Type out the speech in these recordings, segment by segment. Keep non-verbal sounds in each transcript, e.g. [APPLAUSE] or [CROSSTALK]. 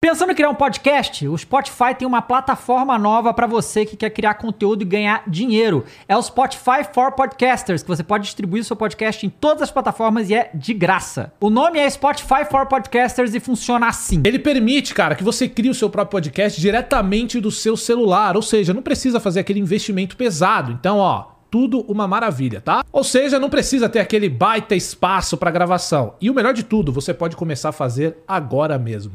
Pensando em criar um podcast? O Spotify tem uma plataforma nova para você que quer criar conteúdo e ganhar dinheiro. É o Spotify for Podcasters, que você pode distribuir seu podcast em todas as plataformas e é de graça. O nome é Spotify for Podcasters e funciona assim. Ele permite, cara, que você crie o seu próprio podcast diretamente do seu celular, ou seja, não precisa fazer aquele investimento pesado. Então, ó, tudo uma maravilha, tá? Ou seja, não precisa ter aquele baita espaço para gravação. E o melhor de tudo, você pode começar a fazer agora mesmo.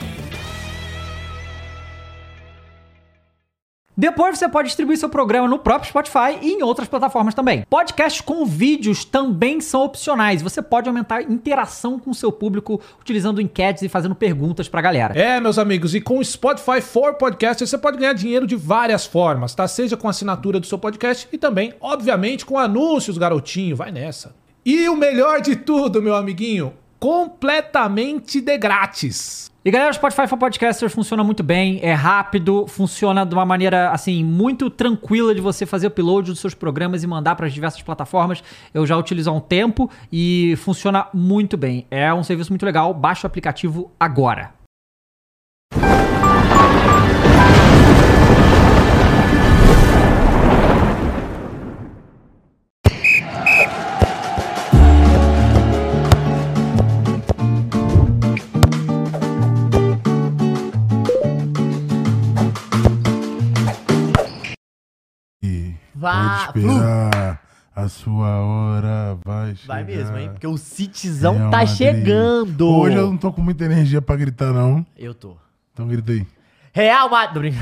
Depois você pode distribuir seu programa no próprio Spotify e em outras plataformas também. Podcasts com vídeos também são opcionais. Você pode aumentar a interação com seu público utilizando enquetes e fazendo perguntas pra galera. É, meus amigos, e com o Spotify for Podcasters você pode ganhar dinheiro de várias formas, tá? Seja com a assinatura do seu podcast e também, obviamente, com anúncios, garotinho, vai nessa. E o melhor de tudo, meu amiguinho, completamente de grátis. E galera, o Spotify for Podcasters funciona muito bem, é rápido, funciona de uma maneira assim muito tranquila de você fazer o upload dos seus programas e mandar para as diversas plataformas. Eu já utilizo há um tempo e funciona muito bem. É um serviço muito legal, baixa o aplicativo agora. E Vá, pode esperar, a sua hora vai chegar. Vai mesmo, hein? Porque o Citizão Real tá Madrid. chegando. Hoje eu não tô com muita energia pra gritar, não. Eu tô. Então grita aí. Real Madrid.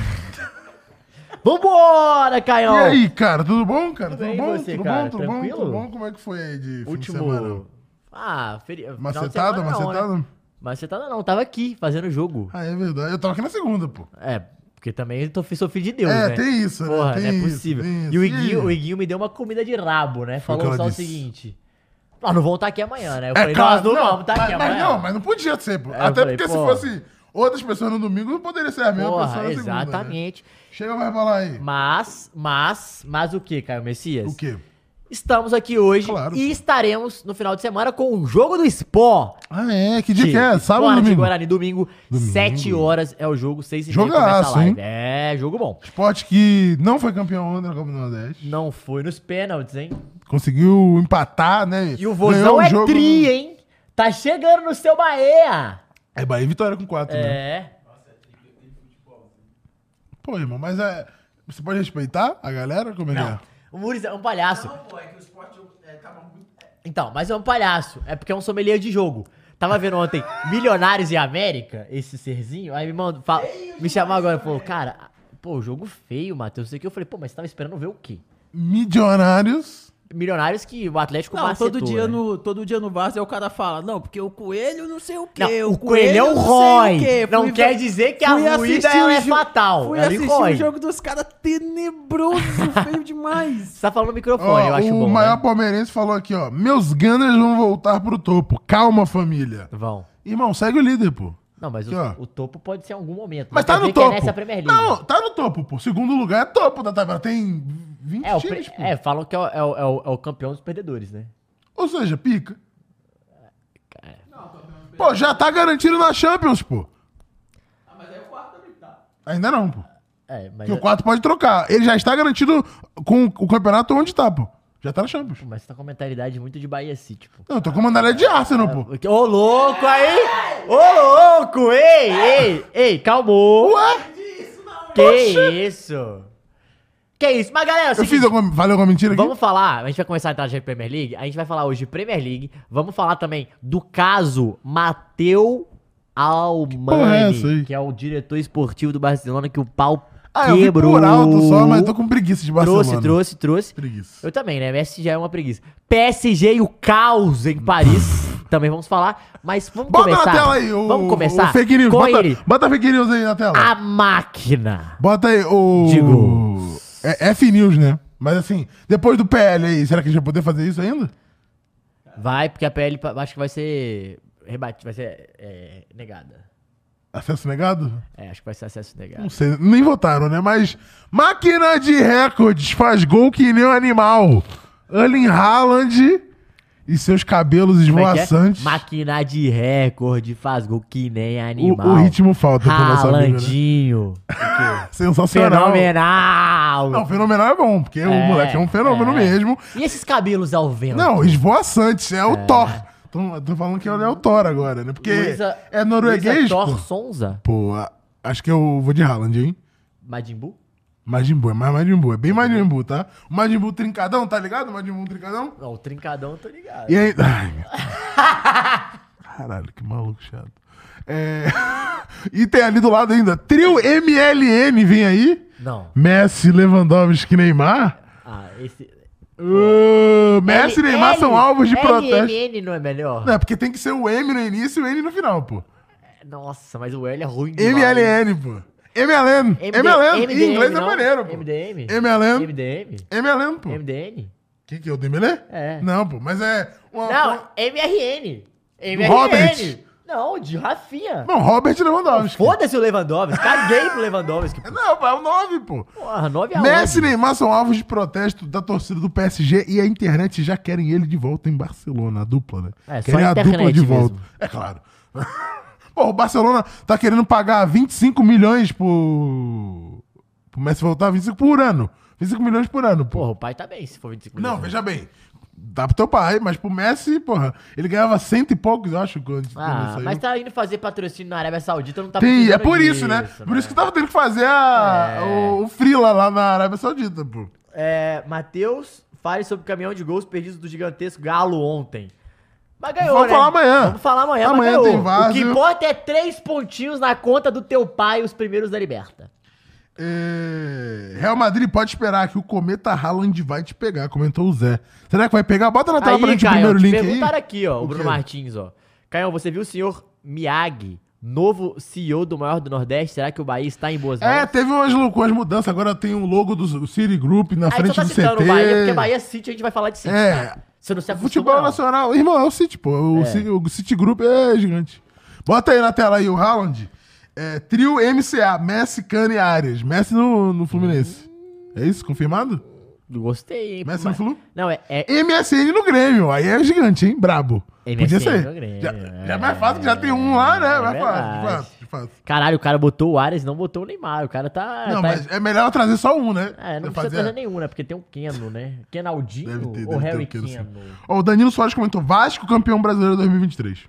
[LAUGHS] Vambora, Caio. E aí, cara, tudo bom, cara? Tudo bem, bom? você, tudo cara? bom? Tudo bom? Tranquilo? Tudo bom? Como é que foi aí de fim de semana? Último. Ah, feri... final de Macetada, semana não, né? macetada? Macetada não, tava aqui fazendo jogo. Ah, é verdade. Eu tava aqui na segunda, pô. É, porque também eu tô, sou filho de Deus, é, né? tem isso, né? Porra, tem não é isso, possível. tem e o isso. Iguinho, aí? o Iguinho me deu uma comida de rabo, né? Foi o que Falou ela só o disse. É seguinte. Nós não vão estar aqui amanhã, né? Eu falei, claro, nós não, vamos estar mas, aqui mas amanhã. não, mas não podia ser, pô. É, eu Até falei, porque se pô. fosse outras pessoas no domingo, não poderia ser a mesma pessoa Porra, na segunda. né? exatamente. Chega mais pra lá aí. Mas, mas, mas o que, Caio Messias? O quê? Estamos aqui hoje Claro. e estaremos no final de semana com o jogo do Spó. Ah, é? Que dia que é? Sábado ou Sport de domingo? Guarani, domingo, Domingo. 7 horas é o jogo, 6 e meia Jogaço, começa a live. hein? É, jogo bom. Esporte que não foi campeão ontem na Copa do Nordeste. Não foi nos pênaltis, hein? Conseguiu empatar, né? E Ganhou o Vozão o é jogo- tri, hein? Tá chegando no seu Bahia. É Bahia e Vitória com 4, né? É. Pô, irmão, mas é... Você pode respeitar a galera? Como é que é? O Muris é um palhaço. Não, pô, é que o esporte tava muito... Então, mas é um palhaço. É porque é um sommelier de jogo. Tava vendo ontem Milionários e América, esse serzinho. Aí me mandou, fa- me chamou agora e falou, cara, pô, jogo feio, Matheus. Não sei o que. Eu falei, pô, mas você tava esperando ver o quê? Milionários. Milionários que o Atlético Não, todo macetou, né? dia, no, todo dia no Vasco aí o cara fala, não, porque o coelho não sei o quê. Não, o coelho é o Roy. Não Fui quer ver- dizer que a fui ruída, assistir ela o é jo- fatal. Fui Ela é assistir Roy. o jogo dos caras [LAUGHS] tenebroso, feio demais. Você tá falando no microfone, eu Ó, acho o bom. né? maior palmeirense falou aqui, ó. Meus Gunners vão voltar pro topo. Calma, família. Vão. Irmão, segue o líder, pô. Não, mas Aqui, o, ó. o topo pode ser em algum momento. Mas Não tá quer no dizer que é topo. nessa Premier League. Não, tá no topo, pô. Segundo lugar é topo da tabela. Tem 20 É, o pre- times, pô. é, falam que é o, é o- é o- é o campeão dos perdedores, né? Ou seja, pica. Pô, já tá garantido na Champions, pô. Ah, mas aí o quarto também tá. Ainda não, pô. É, mas, Porque o quarto pode trocar. Ele já está garantido com o campeonato onde tá, pô. Já tá na Champions. mas você tá com a mentalidade muito de Bahia City, tipo. Não, eu tô com mandalha de Arsenal, pô. Ô, louco aí! Ô, louco! Ei, ei, ei, calmou! Que isso? Que isso? Mas galera, é o Eu seguinte, fiz alguma. Valeu alguma mentira aqui? Vamos falar, a gente vai começar a entrar já em Premier League, a gente vai falar hoje de Premier League, vamos falar também do caso Mateu porra é essa Almani, aí? que é o diretor esportivo do Barcelona, que o pau Ah, eu vi quebrou. por alto só, mas tô com preguiça de Barcelona. Trouxe, trouxe, trouxe. Preguiça. Eu também, né? Messi já é uma preguiça. PSG e o caos em Paris, [LAUGHS] também vamos falar, mas vamos Bota começar. na tela aí o. vamos começar O fake news. com Bota, ele, Ah, bota fake news aí na tela. a máquina Bota aí o. de gols. É F-News, né? Mas assim, depois do PL aí, será que a gente vai poder fazer isso ainda? Vai, porque a PL pa- acho que vai ser rebate, vai ser é, negada. Acesso negado? É, acho que vai ser acesso negado. Não sei, nem votaram, né? Mas máquina de recordes faz gol que nem um animal. Erling Haaland e seus cabelos Como é que é? esvoaçantes. Máquina de recorde, faz gol que nem O, animal. o ritmo falta pro nosso amigo, né? [LAUGHS] Ralandinho. Sensacional. Fenomenal. Não, fenomenal é bom, porque o É, moleque é um fenômeno é. um mesmo. E esses cabelos ao vento? Não, esvoaçantes, é o Thor. Tô, tô falando que ele é o Thor agora, né? Porque Luísa- é norueguês. Luísa Pô. Thor Sonza? Pô, a- acho que eu vou de Haaland, hein? Majin Buu? Majin Buu, é mais Majin Buu, é bem Majin Buu, tá? O Majin Buu trincadão, tá ligado? O Majin Buu trincadão. Não, o Trincadão, tô ligado. E aí... [LAUGHS] Ai, meu... Caralho, que maluco chato. É... [LAUGHS] e tem ali do lado ainda, trio MLN, vem aí. Não. Messi, Lewandowski, Neymar. Ah, esse... Ô, Messi e Neymar são alvos de protesto. LMN não é melhor? Não, é porque tem que ser o M no início e o N no final, pô. Nossa, mas o L é ruim demais. MLN, pô. MLN. MLN. Em inglês é maneiro, pô. MDM? MLN. MDM? MLN, pô. MDN? Que que é o DMLE? É. Não, pô, mas é. Uma, uma- Não, MRN. MRN. Robert. Não, de Rafinha. Não, Robert Lewandowski. Foda-se o Lewandowski. Caguei pro Lewandowski. [LAUGHS] Não, pô, é o 9, pô. Porra, 9 a 11. Messi e Neymar são alvos de protesto da torcida do PSG e a internet já querem ele de volta em Barcelona, a dupla, né? É, só querem a a dupla internet de mesmo. volta. É claro. [LAUGHS] Pô, o Barcelona tá querendo pagar 25 milhões por. pro Messi voltar, 25 por ano. 25 milhões por ano, pô. Porra, o pai tá bem, se for 25 Não, milhões. veja bem. Dá pro teu pai, mas pro Messi, porra, ele ganhava cento e poucos, eu acho, quando Ah, saiu. mas tá indo fazer patrocínio na Arábia Saudita, não tá Tem, é precisando por isso, né? Por isso que tava tendo que fazer a- o, o Frila lá na Arábia Saudita, pô. É, Matheus, fale sobre o caminhão de gols perdidos do gigantesco Galo ontem. Mas ganhou, Vamos né? falar amanhã. Vamos falar amanhã, mas Amanhã ganhou. tem Vasco. O que importa é três pontinhos na conta do teu pai, os primeiros da Liberta. É, Real Madrid pode esperar que o Cometa Haaland vai te pegar, comentou o Zé. Será que vai pegar? Bota na tela pra gente Ah, tá, o primeiro te link aí. perguntaram aqui, ó, o, O Bruno quê? Martins, ó. Caio, você viu o senhor Miyagi, novo CEO do maior do Nordeste? Será que o Bahia está em boas mãos? É, teve umas loucuras mudanças. Agora tem um logo do City Group na a gente frente só tá do citando CT. o Bahia, porque Bahia City, a gente vai falar de City. É. tá? Você não se acostuma, Futebol não. nacional, irmão, é o City, pô. O, City, o City Group é gigante. Bota aí na tela aí o Haaland. É, trio MCA, Messi, Cano e Arias. Messi no, no Fluminense. É isso? Confirmado? Gostei, hein? Messi mas- no Flu? Não, é, é, MSN no Grêmio. Aí é gigante, hein? Brabo. MSN Podia ser. no Grêmio, já, é. já é mais fácil que já tem um lá, né? É mais fácil, de verdade. fato, de fato. Caralho, o cara botou o Ares, não botou o Neymar. O cara tá. Não, tá- mas é melhor trazer só um, né? É, não Pra precisa fazer- trazer nenhum, né? Porque tem o Keno, né? Kenaldinho Deve ter, ou deve ter Harry o Keno, sim. Keno? Ó, o Danilo Soares comentou: Vasco campeão brasileiro 2023.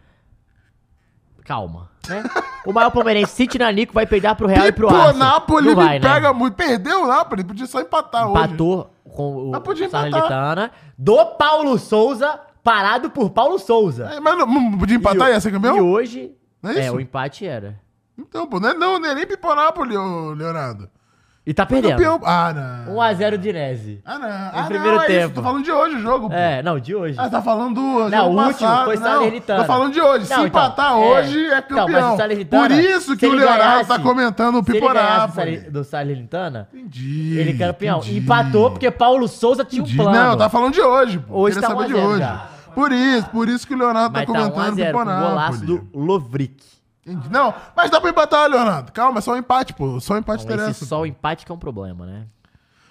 Calma, né? O maior palmeirense, City Nanico, É, vai peidar pro Real e pro Pô, Arsenal. Napoli Não me vai, né? pega muito. Perdeu o Napoli, podia só empatar hoje. Empatou com Ah, podia o empatar. Sarlitana. Do Paulo Souza, parado por Paulo Souza. É, mas não, não podia empatar e ia ser Tá. E campeão? hoje. Não é é, isso? o empate era. Então, pô, não é, não, não é nem Piponápolis, ô, Leonardo. É E tá perdendo. Campeão. Ah, não. 1x0 de Nese. Ah, não. Ah, No não, primeiro é isso, tempo. Tô falando de hoje o jogo, pô. É, não, de hoje. Ah, tá falando do jogo Não, o último foi Salernitana. Tô falando de hoje. Não, Se então, empatar é. hoje é Então, mas campeão. o Salernitana, Por isso se que o ele Leonardo ganhasse- tá comentando o Se ele ganhasse do Piponápolis. Sarli- do Sarlitana, Entendi. ele é campeão. entendi. Empatou porque Paulo Souza tinha um Entendi. plano. Não, tá falando de hoje, pô. Hoje Queria tá saber 1 a de 0 hoje. já. Por isso, por isso que o Leonardo Mas tá tá 1 comentando a 0 com o Piponápolis. golaço do Lovric. Entendi. Não, mas dá pra empatar, Leonardo. Calma, é só um empate, pô. Só um empate Então, interessa. esse só o empate que é um problema, né?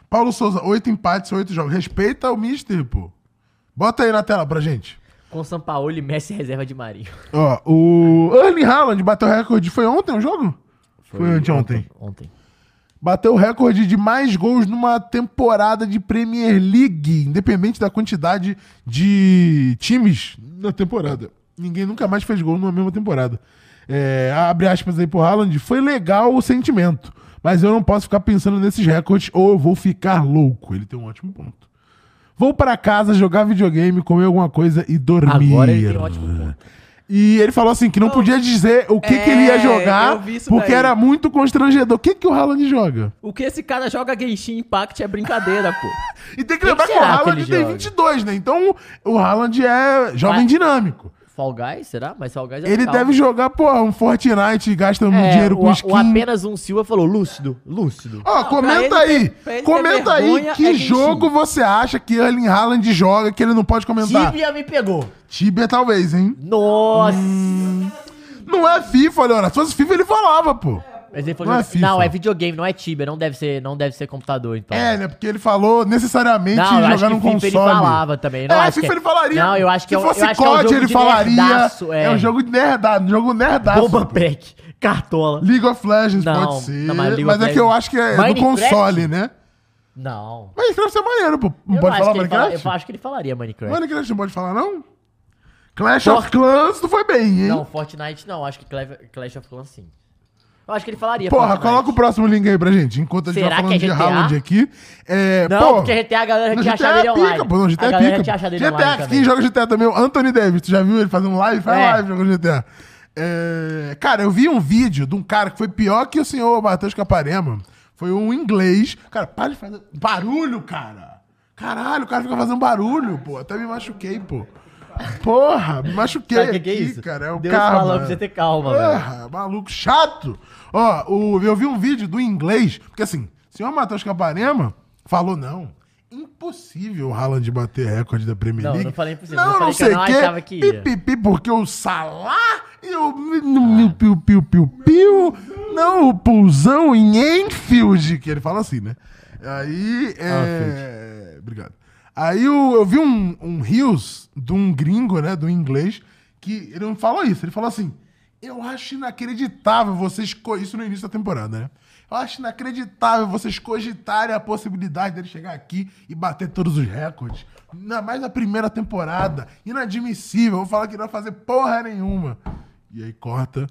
Paulo Souza, oito empates, oito jogos. Respeita o Mister, pô. Bota aí na tela pra gente. Com São Paulo e Messi é reserva de Marinho. Ó, o Erling Haaland bateu recorde. Foi ontem o jogo? Foi, anteontem. Ontem. Bateu o recorde de mais gols numa temporada de Premier League, independente da quantidade de times na temporada. Ninguém nunca mais fez gol numa mesma temporada. É, abre aspas aí pro Haaland. Foi legal o sentimento, mas eu não posso ficar pensando nesses recordes ou eu vou ficar louco. Ele tem um ótimo ponto. Vou pra casa jogar videogame, comer alguma coisa e dormir. Agora ele tem um ótimo ponto. E ele falou assim que não podia dizer o que, que ele ia É, jogar, eu vi isso porque daí. era muito constrangedor. O que, que o Haaland joga? O que esse cara joga Genshin Impact é brincadeira, pô. E tem que lembrar que que, o será que Haaland ele tem joga? 22, né? Então o Haaland é jovem Mas- dinâmico. Fall Guys, será? Mas Fall Guys é Ele legal. deve jogar, porra, um Fortnite e gasta um É, dinheiro o- com o, skin. Ah, apenas um Silva falou lúcido, lúcido. Ó, comenta pra ele aí. ter- pra ele ter comenta aí vergonha que é Genshin. jogo você acha que Erling Haaland joga que ele não pode comentar. Tibia, Tibia me pegou. talvez, hein? Nossa. Hum, Não é FIFA, Leonardo. Se fosse FIFA, ele falava, pô. Mas ele falou Não é jogo- FIFA. não, é videogame, não é Tibia, não deve ser, não deve ser computador, então. É, né? Porque ele falou necessariamente Não, eu jogar acho que num FIFA console. ele falava também. Não, é, acho FIFA que- ele falaria. Não, eu acho que é Se um- eu fosse acho que é um COD, jogo ele de falaria. nerdaço, é. é. um jogo de nerdaço, um jogo nerdaço. Bomba pô. Pack, Cartola. League of Legends Não, pode ser. não, mas mas League of é que eu Legends- acho que é do Minecraft? console, né? Não. Minecraft é maneiro, pô. Não Eu pode acho falar que ele fala- Minecraft? eu acho que ele falaria Minecraft. Minecraft não pode falar, não? Clash Só- of Clans não foi bem, hein? Não, Fortnite não. Acho que Clef- Clash of Clans sim. Eu acho que ele falaria. Porra, Fortnite. coloca o próximo link aí pra gente, enquanto a gente Será vai que falando é de GTA? Haaland aqui. É, Não, pô, porque GTA a galera no tinha achado ele online. pica, pô, no GTA a é galera pica. tinha achado ele GTA, online quem também. joga GTA também é o Anthony Davis. Tu já viu ele fazendo live? Faz É. live jogando GTA. É, cara, eu vi um vídeo de um cara que foi pior que o senhor Matheus Caparema. Foi um inglês. Cara, para de fazer barulho, cara. Caralho, o cara fica fazendo barulho, pô. Até me machuquei, pô. Porra, me machuquei Sabe o que, que é aqui, isso? cara. É o Deus karma. É. falou pra você ter calma, velho. Porra, Ah, maluco chato. Ó, o- eu vi um vídeo do inglês, porque assim, o senhor Matheus Caparema falou não. Impossível o Haaland bater recorde da Premier Não, League. não falei impossível, Não, eu não, falei que eu sei não o quê. achava que Pi, ia. pi, pi, porque o Salah e o mi- no- mi- piu, piu, piu, piu. Não, o pulsão em Enfield, que ele fala assim, né? Aí, Ah, é... Obrigado. Aí o- eu vi um, um Rios de um gringo, né, do inglês, que ele não falou isso, ele falou assim, eu acho inacreditável vocês... co- Isso no início da temporada, né? Eu acho inacreditável vocês cogitarem a possibilidade dele chegar aqui e bater todos os recordes. Ainda mais na primeira temporada. Inadmissível. Vou falar que não vai fazer porra nenhuma. E aí corta.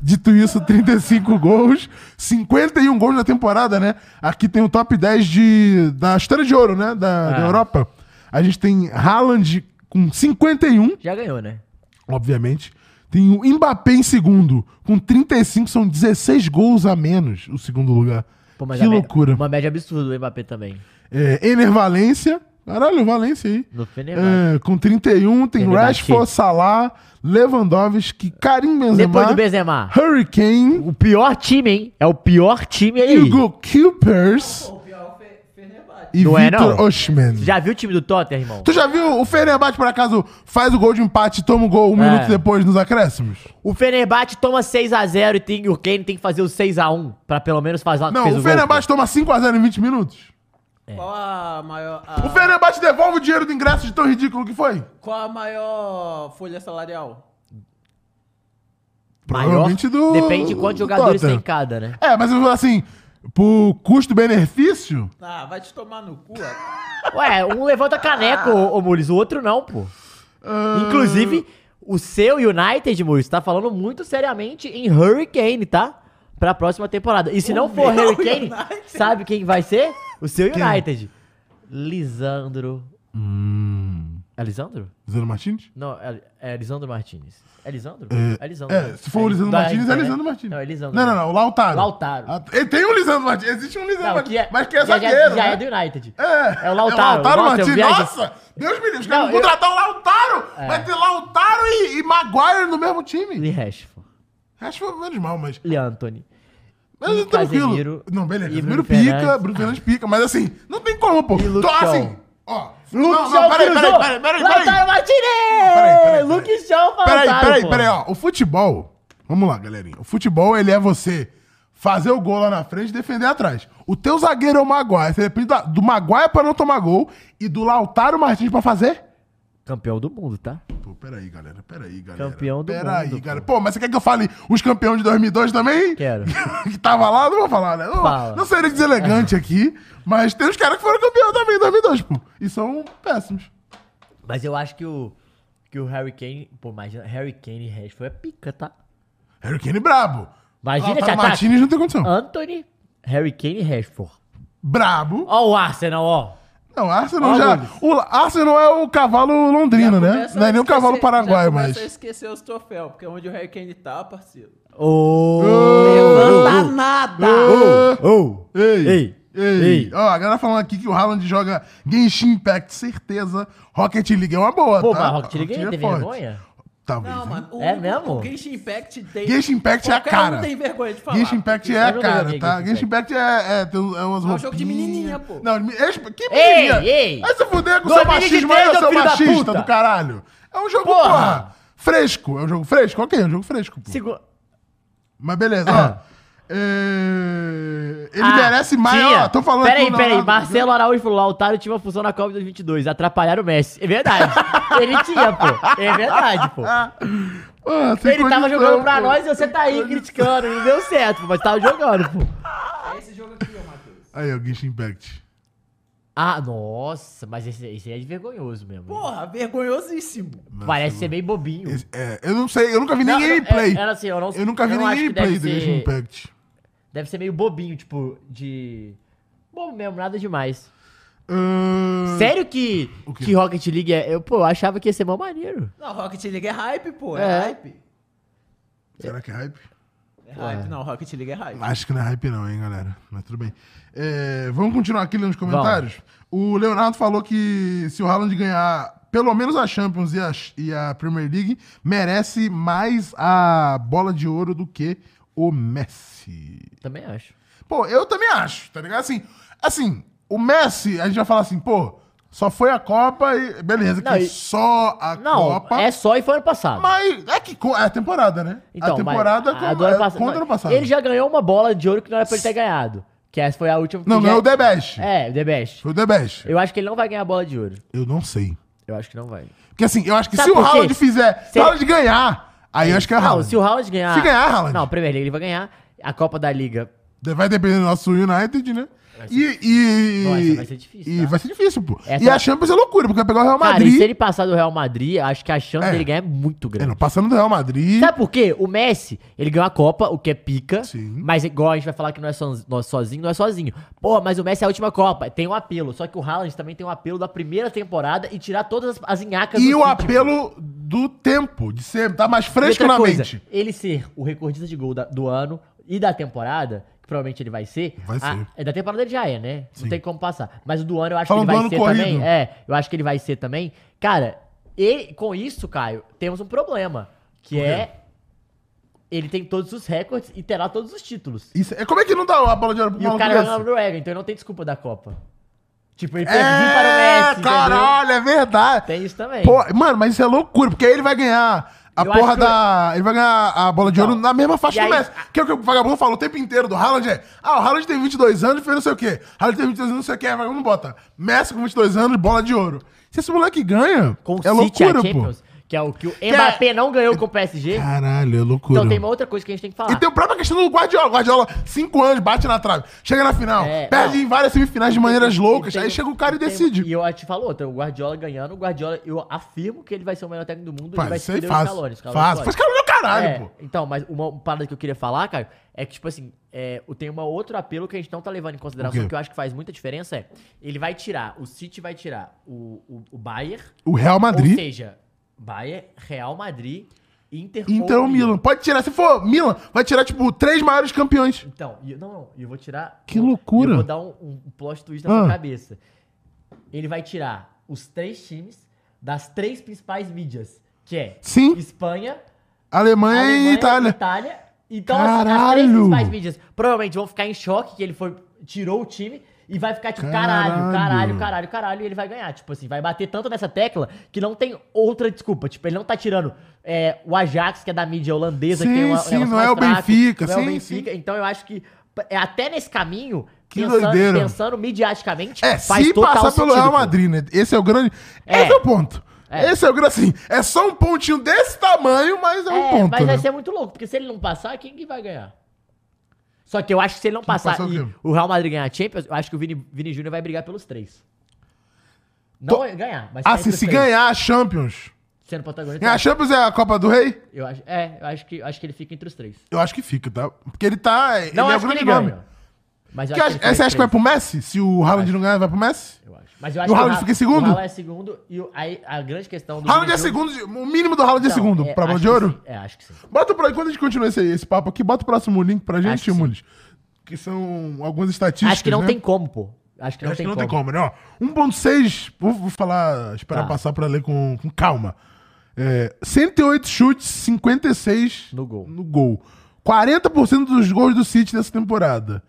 Dito isso, 35 gols, 51 gols na temporada, né? Aqui tem o top 10 de, da história de ouro, né? Da, da Europa. A gente tem Haaland com 51, Já ganhou, né? obviamente. Tem o Mbappé em segundo, com 35, são 16 gols a menos o segundo lugar. Pô, mas que a me- loucura. Uma média absurda do Mbappé também. É, Ener Valência. Caralho, Valência aí. No Fenerbahçe. É, com 31, tem Fenerbahçe. Rashford, Salah, Lewandowski, Karim Depois Benzema, do Benzema. Hurricane, O pior time, hein? É o pior time aí. Hugo Coopers e Não é, Victor não? Oshman. Já viu o time do Tottenham, irmão? Tu já viu o Fenerbahçe, por acaso, faz o gol de empate e toma o gol um É. minuto depois nos acréscimos? O Fenerbahçe toma 6x0 e tem, o Kane tem que fazer o 6x1 pra pelo menos fazer Não, fez o gol, Fenerbahçe toma 5x0 em 20 minutos. É. Qual a maior. O a- Fenerbahçe devolve o dinheiro do ingresso de tão ridículo que foi. Qual a maior folha salarial? pô. Maior- Provavelmente do- Depende de quantos do jogadores tem Tottenham. em cada, né? É, mas eu falo assim, por custo-benefício, Ah, vai te tomar no cu. ó. Ué, um levanta caneco, Ah. ô, ô Muris, o outro não, pô. Inclusive, o seu United, Muris, tá falando muito seriamente em Hurricane, tá? Pra próxima temporada. E se não for Hurricane, sabe quem vai ser? O seu United. Lisandro. Hum. É Lisandro? Zero Martins? Não, é, é Lisandro Martinez. É Lisandro? É, é, se for o Lisandro da Martins, é internet. Lisandro Martins. Não, é Lisandro. Não, não, não, o Lautaro. Lautaro. Ah, ele tem um Lisandro Martins, existe um Lisandro Não, Martins, que é, mas que é já- zagueiro, já, já né? é do United. É, É o Lautaro. Nossa, eu Martins. viajei. Nossa, Deus me livre, os caras Não, É. vão contratar o Lautaro. Vai ter Lautaro e, e Maguire no mesmo Lee time. Rashford. Acho que foi menos mal, mas... Lee Anthony. Mas é E tranquilo. Casemiro, não, beleza. e Casemiro Bruno pica, Fernandes. Bruno Fernandes pica, mas assim, não tem como, pô. E Luke Então, Shaw. assim, ó... Luke não, Shaw não, peraí, peraí, cruzou. tá peraí, peraí, peraí. Peraí, Lautaro peraí, peraí. Martinez! Luke Shaw Peraí, Lautaro, peraí, tá pô. peraí, ó. O futebol. Vamos lá, galerinha. O futebol, ele é você fazer o gol lá na frente e defender atrás. O teu zagueiro é o Maguire. Você depende da- do Maguire pra não tomar gol e do Lautaro Martins pra fazer. Campeão do mundo, tá? Pô, peraí, galera. Peraí, galera. Campeão do peraí, mundo, galera. Pô, mas você quer que eu fale os campeões de 2002 também? [LAUGHS] Quero. [LAUGHS] que tava lá, não vou falar, né? Não, Fala. não seria deselegante aqui, mas tem os caras que foram campeões também em 2002, pô. E são péssimos. Mas eu acho que o... Que o Harry Kane... Pô, imagina. Harry Kane e Rashford é pica, tá? Harry Kane brabo. Imagina Ah. esse Lautaro ataque. Martins Ah, tá, não tem condição. Anthony, Harry Kane e Rashford. Brabo. Ó o Arsenal, ó. Não, Arsenal Ó, já. Lucas. O Arsenal é o cavalo londrino, né? Começa Não é a nem o esquecer- cavalo já paraguaio, começa mas. a esquecer os troféus, porque é onde o Harry Kane tá, parceiro. Ô! Tá nada! Ô! Ei! Ei! Ei, ei. Ó, a galera falando aqui que o Haaland joga Genshin Impact, certeza. Rocket League é uma boa, Pô, tá? é mas Rocket League é tem forte. vergonha? Talvez. Não, hein? mano. O, É o- mesmo? O Genshin Impact tem. Genshin Impact é a Qualquer cara. Um tem vergonha de falar. Genshin Impact é Eu a joguei cara, Genshin tá? Impact. Genshin Impact é, é, tem umas É um jogo de roupinhas. menininha, pô. Não, de- é- que Ei, menininha? ei. Aí você fuder com o seu 2003, machismo aí, ô ô seu filho da machista puta. do caralho. É um jogo, porra. Porra. fresco. É um jogo fresco? Ok, é um jogo fresco, pô. Segu- Mas beleza, ó. É, Ele Ah, merece mais, tinha. ó. Tô falando Peraí, aqui, peraí. Leonardo. Marcelo Araújo falou: Lautaro tinha uma função na Copa 2022. Atrapalharam o Messi. É [LAUGHS] verdade. ele tinha, pô. É verdade, pô. Ah, Pô, sem Ele tava condição, jogando pra pô. nós e você tá aí criticando. Não deu certo, pô, mas tava jogando, pô. Aí, ó, Genshin Impact. Ah, nossa, mas esse, esse aí é vergonhoso mesmo. Porra, vergonhosíssimo. Parece ser bem bobinho. Esse- é, eu não sei, eu nunca vi nem Não, não, gameplay. é- era assim, eu não- nunca vi eu não nem acho que gameplay deve do Genshin ser- Impact. Deve ser meio bobinho, tipo, de. Bom mesmo, nada demais. Ahn, Sério que, Hum. O quê? que Rocket League é. Eu, pô, eu achava que ia ser mó maneiro. Não, Rocket League é hype, pô. É, É. hype. Será que é hype? É hype, não. Rocket League é hype. Acho que não é hype não, hein, galera. Mas tudo bem. É, vamos continuar aqui lendo os comentários. O Leonardo falou que se o Haaland ganhar pelo menos a Champions e a, e a Premier League, merece mais a bola de ouro do que o Messi. Também acho. Pô, eu também acho, tá ligado? Assim, assim o Messi, a gente vai falar assim, pô, só foi a Copa e... Beleza, Não, que e- só a Não, Copa... é só e foi ano passado. Então, Mas é que co- é a temporada, né? a mas temporada com, a do ano é passado- contra o ano passado. Ele já ganhou uma bola de ouro que não era pra ele ter ganhado. Que essa foi a última. Não, que não é já- o The Best. É, o The Best. Foi o The Best. Eu acho que ele não vai ganhar a bola de ouro. Eu não sei. Eu acho que não vai. Porque assim, eu acho que Sabe se o por quê? Haaland fizer, se Se o ele- Haaland ganhar, aí eu acho que é o Não, Haaland. se o Haaland ganhar. Se ganhar, é Haaland. Não, Premier League ele vai ganhar. A Copa da Liga. Vai depender do nosso United, né? E, e... Nossa, vai ser difícil, E tá? vai ser difícil, pô. Essa E a vai- Champions é loucura, porque vai pegar o Real Cara, e Madrid. se ele passar do Real Madrid, acho que a chance É. dele ganhar é muito É, grande. não, passando do Real Madrid. Sabe por quê? O Messi, ele ganhou a Copa, o que é pica. Sim. Mas igual a gente vai falar que não é soz- nós sozinho, não é sozinho. Pô, mas o Messi é a última Copa. Tem um apelo. Só que o Haaland também tem um apelo da primeira temporada e tirar todas as, as inhacas E do o City. apelo do tempo, de ser, tá mais E fresco outra na coisa, mente. Ele ser o recordista de gol da- do ano e da temporada, que provavelmente ele vai ser. Vai a- ser. é, da temporada ele já é, né? Sim. Não tem como passar. Mas o do ano eu acho Falando que do ele vai ser ano corrido. também. É, eu acho que ele vai ser também. Cara, e com isso, Caio, temos um problema. Que é. Ele tem todos os recordes e terá todos os títulos. Isso, é, como é que não dá a bola de ouro pro E o maluco cara desse? é o Noruega, então ele não tem desculpa da Copa. Tipo, ele perdeu para o É, Messi, entendeu? caralho, é verdade. Tem isso também. Pô, mano, mas isso é loucura, porque aí ele vai ganhar a Eu porra acho que- da. Ele vai ganhar a bola de ouro Não. na mesma faixa E do aí- Messi. Que é o que o vagabundo falou o tempo inteiro do Haaland é. Ah, o Haaland tem 22 anos e fez não sei o quê. Haaland tem 22 anos, não sei o quê. Aí o vagabundo bota. Messi com 22 anos, bola de ouro. Se esse moleque ganha, com o é City loucura, a pô. Champions, que é o que o Mbappé não ganhou com o PSG. Caralho, é loucura. Então tem uma outra coisa que a gente tem que falar. E tem a própria questão do Guardiola. Guardiola, cinco anos, bate na trave. Chega na final, É, perde não. em várias semifinais de maneiras loucas. Aí chega o cara e um tem- um decide. E eu te falo outra, o Guardiola ganhando, o Guardiola, eu afirmo que ele vai ser o melhor técnico do mundo Pá, ele vai isso aí é suceder fácil. Scaloni, Scaloni Fácil. Faz pode. caralho, caralho, É, pô. Então, mas uma parada que eu queria falar, Caio, é que, tipo assim, é, o- tem um outro apelo que a gente não tá levando em O quê? consideração, que eu acho que faz muita diferença, é ele vai tirar, o City vai tirar o, o, o Bayern, O Real ou Madrid, seja, Bayern, Real Madrid, Inter Inter ou Então, Milan. Pode tirar, se for Milan, vai tirar, tipo, três maiores campeões. Então, e- não, não, eu vou tirar. Que eu- loucura. Eu vou dar um, um plot twist na Ah. sua cabeça. Ele vai tirar os três times das três principais mídias, que é Sim. Espanha, Alemanha, Alemanha e Itália. Então, assim, as Caralho. três principais mídias provavelmente vão ficar em choque que ele foi tirou o time e vai ficar tipo caralho, Caralho. caralho, caralho, caralho, e ele vai ganhar. Tipo assim, vai bater tanto nessa tecla que não tem outra desculpa. Tipo, ele não tá tirando é, o Ajax, que é da mídia holandesa, Sim, que tem uma, um sim, negócio não mais é o Benfica, não é o sim, Benfica. Então eu acho que é, até nesse caminho, Que doideira. pensando midiaticamente, É, se passar pelo Real Madrid, né? Esse é o grande. É. Esse é o ponto. É. Esse é o grande. Assim, é só um pontinho desse tamanho, mas é É, um ponto. mas né? vai ser muito louco, porque se ele não passar, quem que vai ganhar? Só que eu acho que se ele não passar passar o e quê? o Real Madrid ganhar a Champions, eu acho que o Vini, Vini Júnior vai brigar pelos três. Não Tô- vai ganhar, mas Ah, vai se, pros se três. ganhar a Champions. Sendo protagonista, Ganhar a Champions é a Copa do Rei? eu acho, é, eu acho que, eu acho que ele fica entre os três. Eu acho que fica, tá? Porque ele tá. Ele Não é o acho que grande ele nome. ganha. Mas eu Que acha- acho que ele você fica acha que vai entre pro Messi? Se o Haaland não ganhar, vai pro Messi? os três, eu acho. Mas eu E acho o Haaland Ra- fica em segundo? O Haaland é segundo e o- aí a grande questão do Haaland é Vini Júnior- segundo. de- O mínimo do Haaland é Então, segundo. é, pra bola acho de que ouro? sim. É, acho que sim. Bota pra enquanto a gente continua esse, esse papo aqui, bota o próximo link pra Acho gente, que sim. Mules. Que são algumas estatísticas. Acho que não né? tem como, pô. Acho que não, Acho tem, que não como. um tem como, né? Ó, 1.6, vou, vou falar, esperar Tá. passar pra ler com, com calma. É, 108 chutes, 56 No gol. no gol. 40% dos gols do City dessa temporada.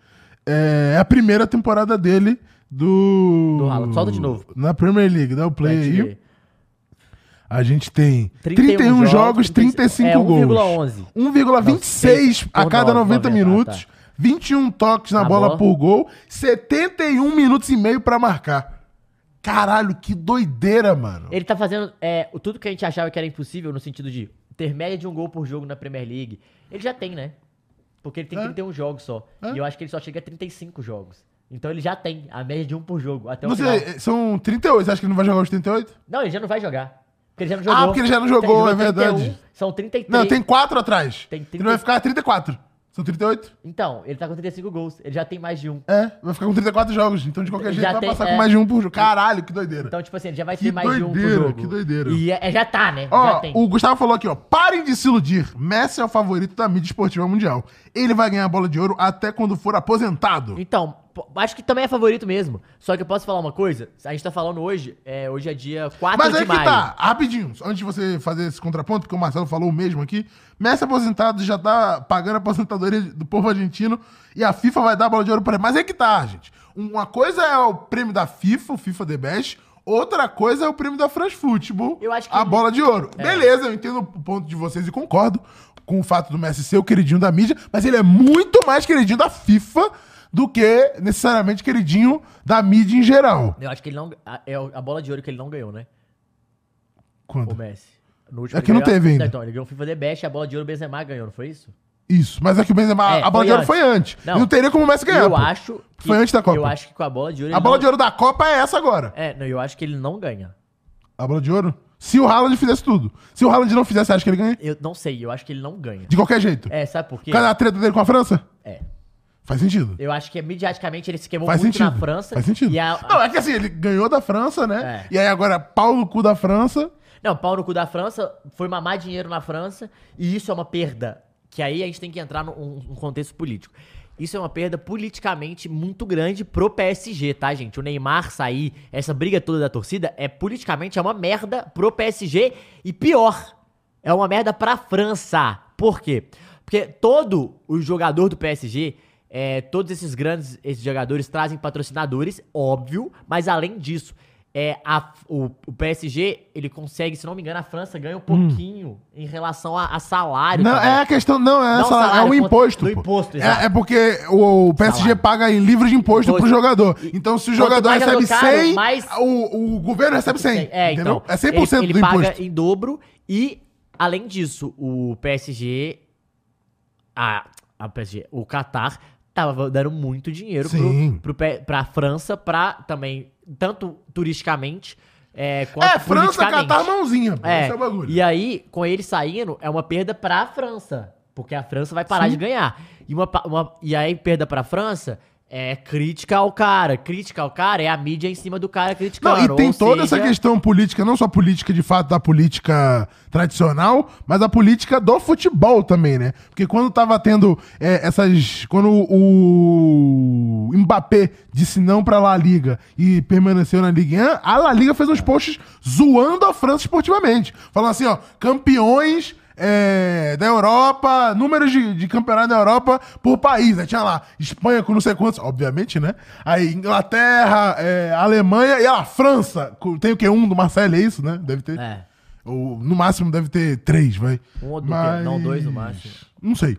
É a primeira temporada dele do. Do Haaland. Solta de novo. Na Premier League, dá o play aí. A gente tem 31 31, jogos, jogos, 35 é, gols. 1,11. 1,26 a por cada no- 90 90, minutos. ah, tá. 21 toques na Na bola, bola. por gol. 71 minutos e meio pra marcar. Caralho, que doideira, mano. Ele tá fazendo é, o- tudo que a gente achava que era impossível no sentido de ter média de um gol por jogo na Premier League. Ele já tem, né? Porque É. ele tem 31 jogos só. E eu acho que ele só chega a 35 jogos. Então ele já tem a média de um por jogo até o Não final. sei, eh, são 38, você acha que ele não vai jogar os 38? Não, ele já não vai jogar. Porque ele já não Ah, jogou. um, porque ele já não jogou, é verdade. São 33. Não, tem 4 atrás. Tem Ele vai ficar 34. São 38? Então, ele tá com 35 gols. Ele já tem mais de um. É, vai ficar com 34 jogos. Então, de qualquer jeito, Já vai tem- passar é. com mais de um por jogo. Caralho, que doideira. Então, tipo assim, ele já vai Que ter mais de um doideira, por jogo. que doideira. E é, é- já tá, né? já Ó, tem. o Gustavo falou aqui, ó. Parem de se iludir. Messi é o favorito da mídia esportiva mundial. Ele vai ganhar a bola de ouro até quando for aposentado. Então, pô, acho que também é favorito mesmo. Só que eu posso falar uma coisa? A gente tá falando hoje, é, hoje é dia 4 Mas de aí que maio. tá, rapidinho, antes de você fazer esse contraponto, porque o Marcelo falou o mesmo aqui, Messi aposentado já tá pagando a aposentadoria do povo argentino e a FIFA vai dar a bola de ouro pra ele. Mas aí que tá, gente. Uma coisa é o prêmio da FIFA, o FIFA The Best, outra coisa é o prêmio da France Football, Eu acho que a ele- É. bola de ouro. Beleza, eu entendo o ponto de vocês e concordo com o fato do Messi ser o queridinho da mídia, mas ele é muito mais queridinho da FIFA do que necessariamente queridinho da mídia em geral. Eu acho que ele não. A, é a bola de ouro que ele não ganhou, né? O Quanto? Messi. No último É que ele não ganhou- teve ainda. Então, ele ganhou o FIFA The Best e a bola de ouro o Benzema ganhou, não foi isso? Isso, mas é que o Benzema, É, a bola foi de ouro antes. foi antes. Não. Não. não teria como o Messi ganhar. eu pô. acho. que- Foi antes da Copa. Eu acho que com a bola de ouro. A ele bola não- de ouro da Copa é essa agora. É, não, eu acho que ele não ganha. A bola de ouro? Se o Haaland fizesse tudo. Se o Haaland não fizesse, acho que ele ganha? Eu não sei, eu acho que ele não ganha. De qualquer jeito. É, sabe por quê? Por causa da treta dele com a França? É. Faz sentido. Eu acho que mediaticamente ele se queimou Faz muito sentido. na França. Faz sentido. E a- a- Não, é que assim, ele ganhou da França, né? É. E aí agora pau no cu da França. Não, pau no cu da França, foi mamar dinheiro na França, e isso é uma perda. Que aí a gente tem que entrar num num contexto político. Isso é uma perda politicamente muito grande pro PSG, tá, gente? O Neymar sair, essa briga toda da torcida, é politicamente é uma merda pro PSG e pior, é uma merda pra França. Por quê? Porque todo o jogador do PSG, é, todos esses grandes esses jogadores trazem patrocinadores, óbvio, mas além disso, é, a- o, o PSG, ele consegue, se não me engano, a França ganha um pouquinho em relação a, a salário. Hum. Não, também. é a questão, não, é, Não essa- é salário, um ponto- imposto. do pô. imposto, exato. é, é porque o, o PSG Salário. paga em livros de imposto, pro Imposto. jogador. E Então, se o quanto jogador mais recebe jogador caro, 100, mais- o, o governo recebe 100. É, entendeu? então. é 100% ele, ele do paga imposto. em dobro e, além disso, o PSG. A, a PSG o Qatar tava dando muito dinheiro Sim. pro, pro, pé- pra França, pra também, tanto turisticamente, é, quanto É, França, politicamente. Catar, mãozinha. pô. É, Esse é o bagulho. E aí, com ele saindo, é uma perda pra França. Porque a França vai parar de ganhar. E, uma, pa- uma- e aí, perda pra França é crítica ao cara. Crítica ao cara é a mídia em cima do cara Não, criticando. e tem ou toda essa seja, questão política, não só política de fato da política tradicional, mas a política do futebol também, né? Porque quando tava tendo é, essas. Quando o Mbappé disse não pra La Liga e permaneceu na Ligue 1, a La Liga fez uns posts zoando a França esportivamente. Falando assim, ó, campeões. é, da Europa, números de, de campeonato da Europa por país. Aí tinha lá Espanha com não sei quantos, obviamente, né? Aí Inglaterra, é, Alemanha e a França. Com- Tem o quê? Um do Marcelo, é isso, né? Deve ter. É. Ou no máximo deve ter três, vai. Um ou do quê? Não, dois no máximo. Não sei.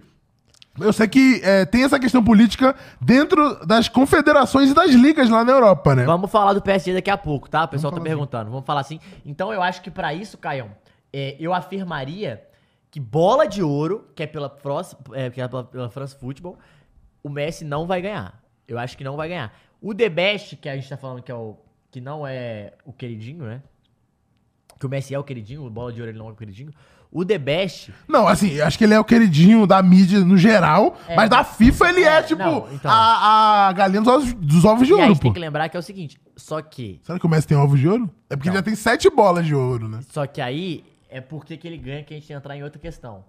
Eu sei que é, tem essa questão política dentro das confederações e das ligas lá na Europa, né? Vamos falar do PSG daqui a pouco, tá? O pessoal tá perguntando. Vamos falar assim. Então eu acho que pra isso, Caião, é, eu afirmaria que bola de ouro, que é pela, Fros- é, que é pela, pela France Football, o Messi não vai ganhar. Eu acho que não vai ganhar. O The Best, que a gente tá falando que é o. que não é o queridinho, né? Que o Messi é o queridinho, o bola de ouro ele não é o queridinho. O The Best. Não, assim, acho que ele é o queridinho da mídia no geral, É. mas da FIFA ele é, É, tipo, não, então. a, a galinha dos ovos, dos ovos de e aí a ouro, gente pô. tem que lembrar que é o seguinte: só que Será que o Messi tem ovos de ouro? É porque ele já tem sete bolas de ouro, né? Só que aí é porque que ele ganha que a gente entrar em outra questão.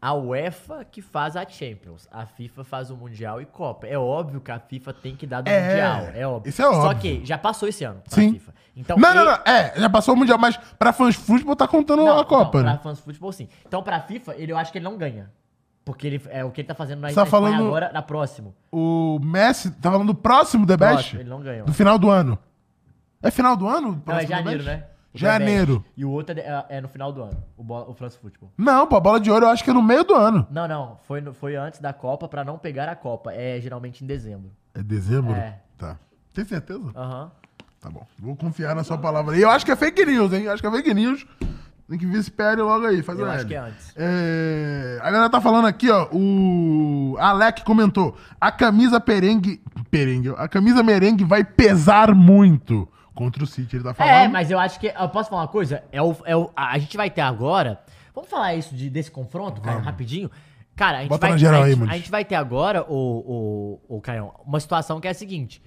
A UEFA que faz a Champions, a FIFA faz o Mundial e Copa. É óbvio que a FIFA tem que dar do É, Mundial, é óbvio. isso é óbvio. Só que já passou esse ano pra Sim. FIFA. Então, Não, não, ele- não. É, já passou o Mundial, mas pra fãs futebol tá contando Não, a Copa, não, né? pra fãs de futebol, sim. Então, pra FIFA, ele, eu acho que ele não ganha. Porque ele, é o que ele tá fazendo na, Você na tá falando- agora, na próxima. O Messi tá falando do próximo The Best? Próximo, ele não ganhou. Do final do ano. É final do ano? o Não, é próximo The janeiro, Best? né? O The Janeiro. Best. E o outro é, é- é no final do ano, o, bo- o France Football. Não, pô, a bola de ouro eu acho que é no meio do ano. Não, não, foi, no- foi antes da Copa pra não pegar a Copa. É geralmente em dezembro. É dezembro? É. Tá. Tem certeza? Aham. Tá bom. Vou confiar na sua palavra. E eu acho que é fake news, hein? Eu acho que é fake news. Tem que ver esse PL logo aí. Faz Eu uma acho L. que é antes. É, A galera tá falando aqui, ó. O Alec comentou. A camisa perengue... Perengue. ó, A camisa merengue vai pesar muito contra o City. Ele tá falando. É, mas eu acho que. Eu posso falar uma coisa? É o, é o, a, a gente vai ter agora. Vamos falar isso de, desse confronto, Caio, rapidinho? Cara, a gente, Bota vai, na geral a, aí, gente, Muniz. a gente vai ter agora, o, o, o Caio, uma situação que é a seguinte: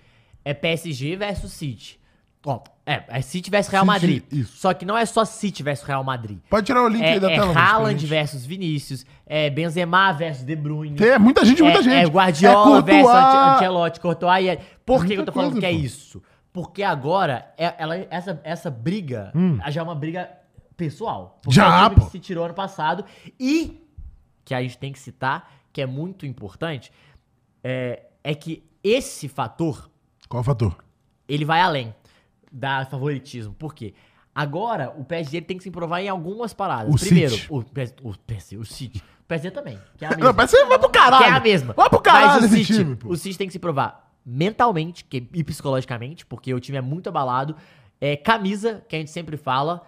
é PSG versus City. Ó, é, é City versus Real City, Madrid. isso. Só que não é só City versus Real Madrid. Pode tirar o link É, aí da é tela. Luiz, pra Haaland gente. versus Vinícius, é Benzema versus De Bruyne. Tem muita gente, muita é, gente. É Guardiola Courtois. versus Ante- Ancelotti, Courtois. e é- Por que muita eu tô falando coisa, que é pô. isso? Porque agora, é- ela, essa, essa briga já é uma briga pessoal. Porque Hum. Já, é um time pô. que se tirou ano passado. E, que a gente tem que citar, que é muito importante, é, é que esse fator Qual o fator? ele vai além da favoritismo. Por quê? Agora, o PSG tem que se provar em algumas paradas. O Primeiro, City. o PSG, o PSG, o City. O PSG também, [LAUGHS] que é a mesma. Não, parece que vai pro caralho. Que é a mesma. Vai pro caralho Mas o esse City, time, pô. O City tem que se provar mentalmente que- e psicologicamente, porque o time é muito abalado. É camisa, que a gente sempre fala.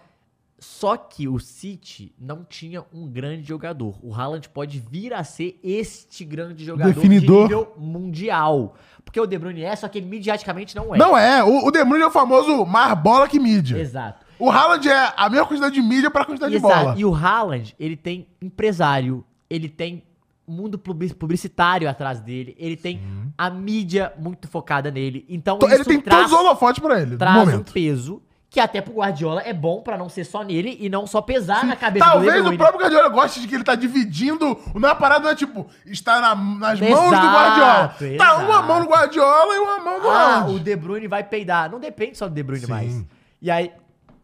Só que o City não tinha um grande jogador. O Haaland pode vir a ser este grande jogador Definidor. de nível mundial. Porque o De Bruyne é, só que ele midiaticamente não é. Não é. O, o De Bruyne é o famoso mais bola que mídia. Exato. O Haaland é a mesma quantidade de mídia pra quantidade Tá de Exato. bola. E o Haaland, ele tem empresário, ele tem mundo publi- publicitário atrás dele, ele tem a mídia muito focada nele. Então, To- ele isso tem traz, todos os holofotes pra ele, no traz um momento. peso que até pro Guardiola é bom pra não ser só nele e não só pesar na cabeça do De Talvez o Bruyne. próprio Guardiola goste de que ele tá dividindo. Não é parada, não é tipo, está na- nas mãos do Exato, Guardiola. Tá exato. uma mão no Guardiola e uma mão no Ah, Haaland. o De Bruyne vai peidar. Não depende só do De Bruyne Sim. mais. E aí,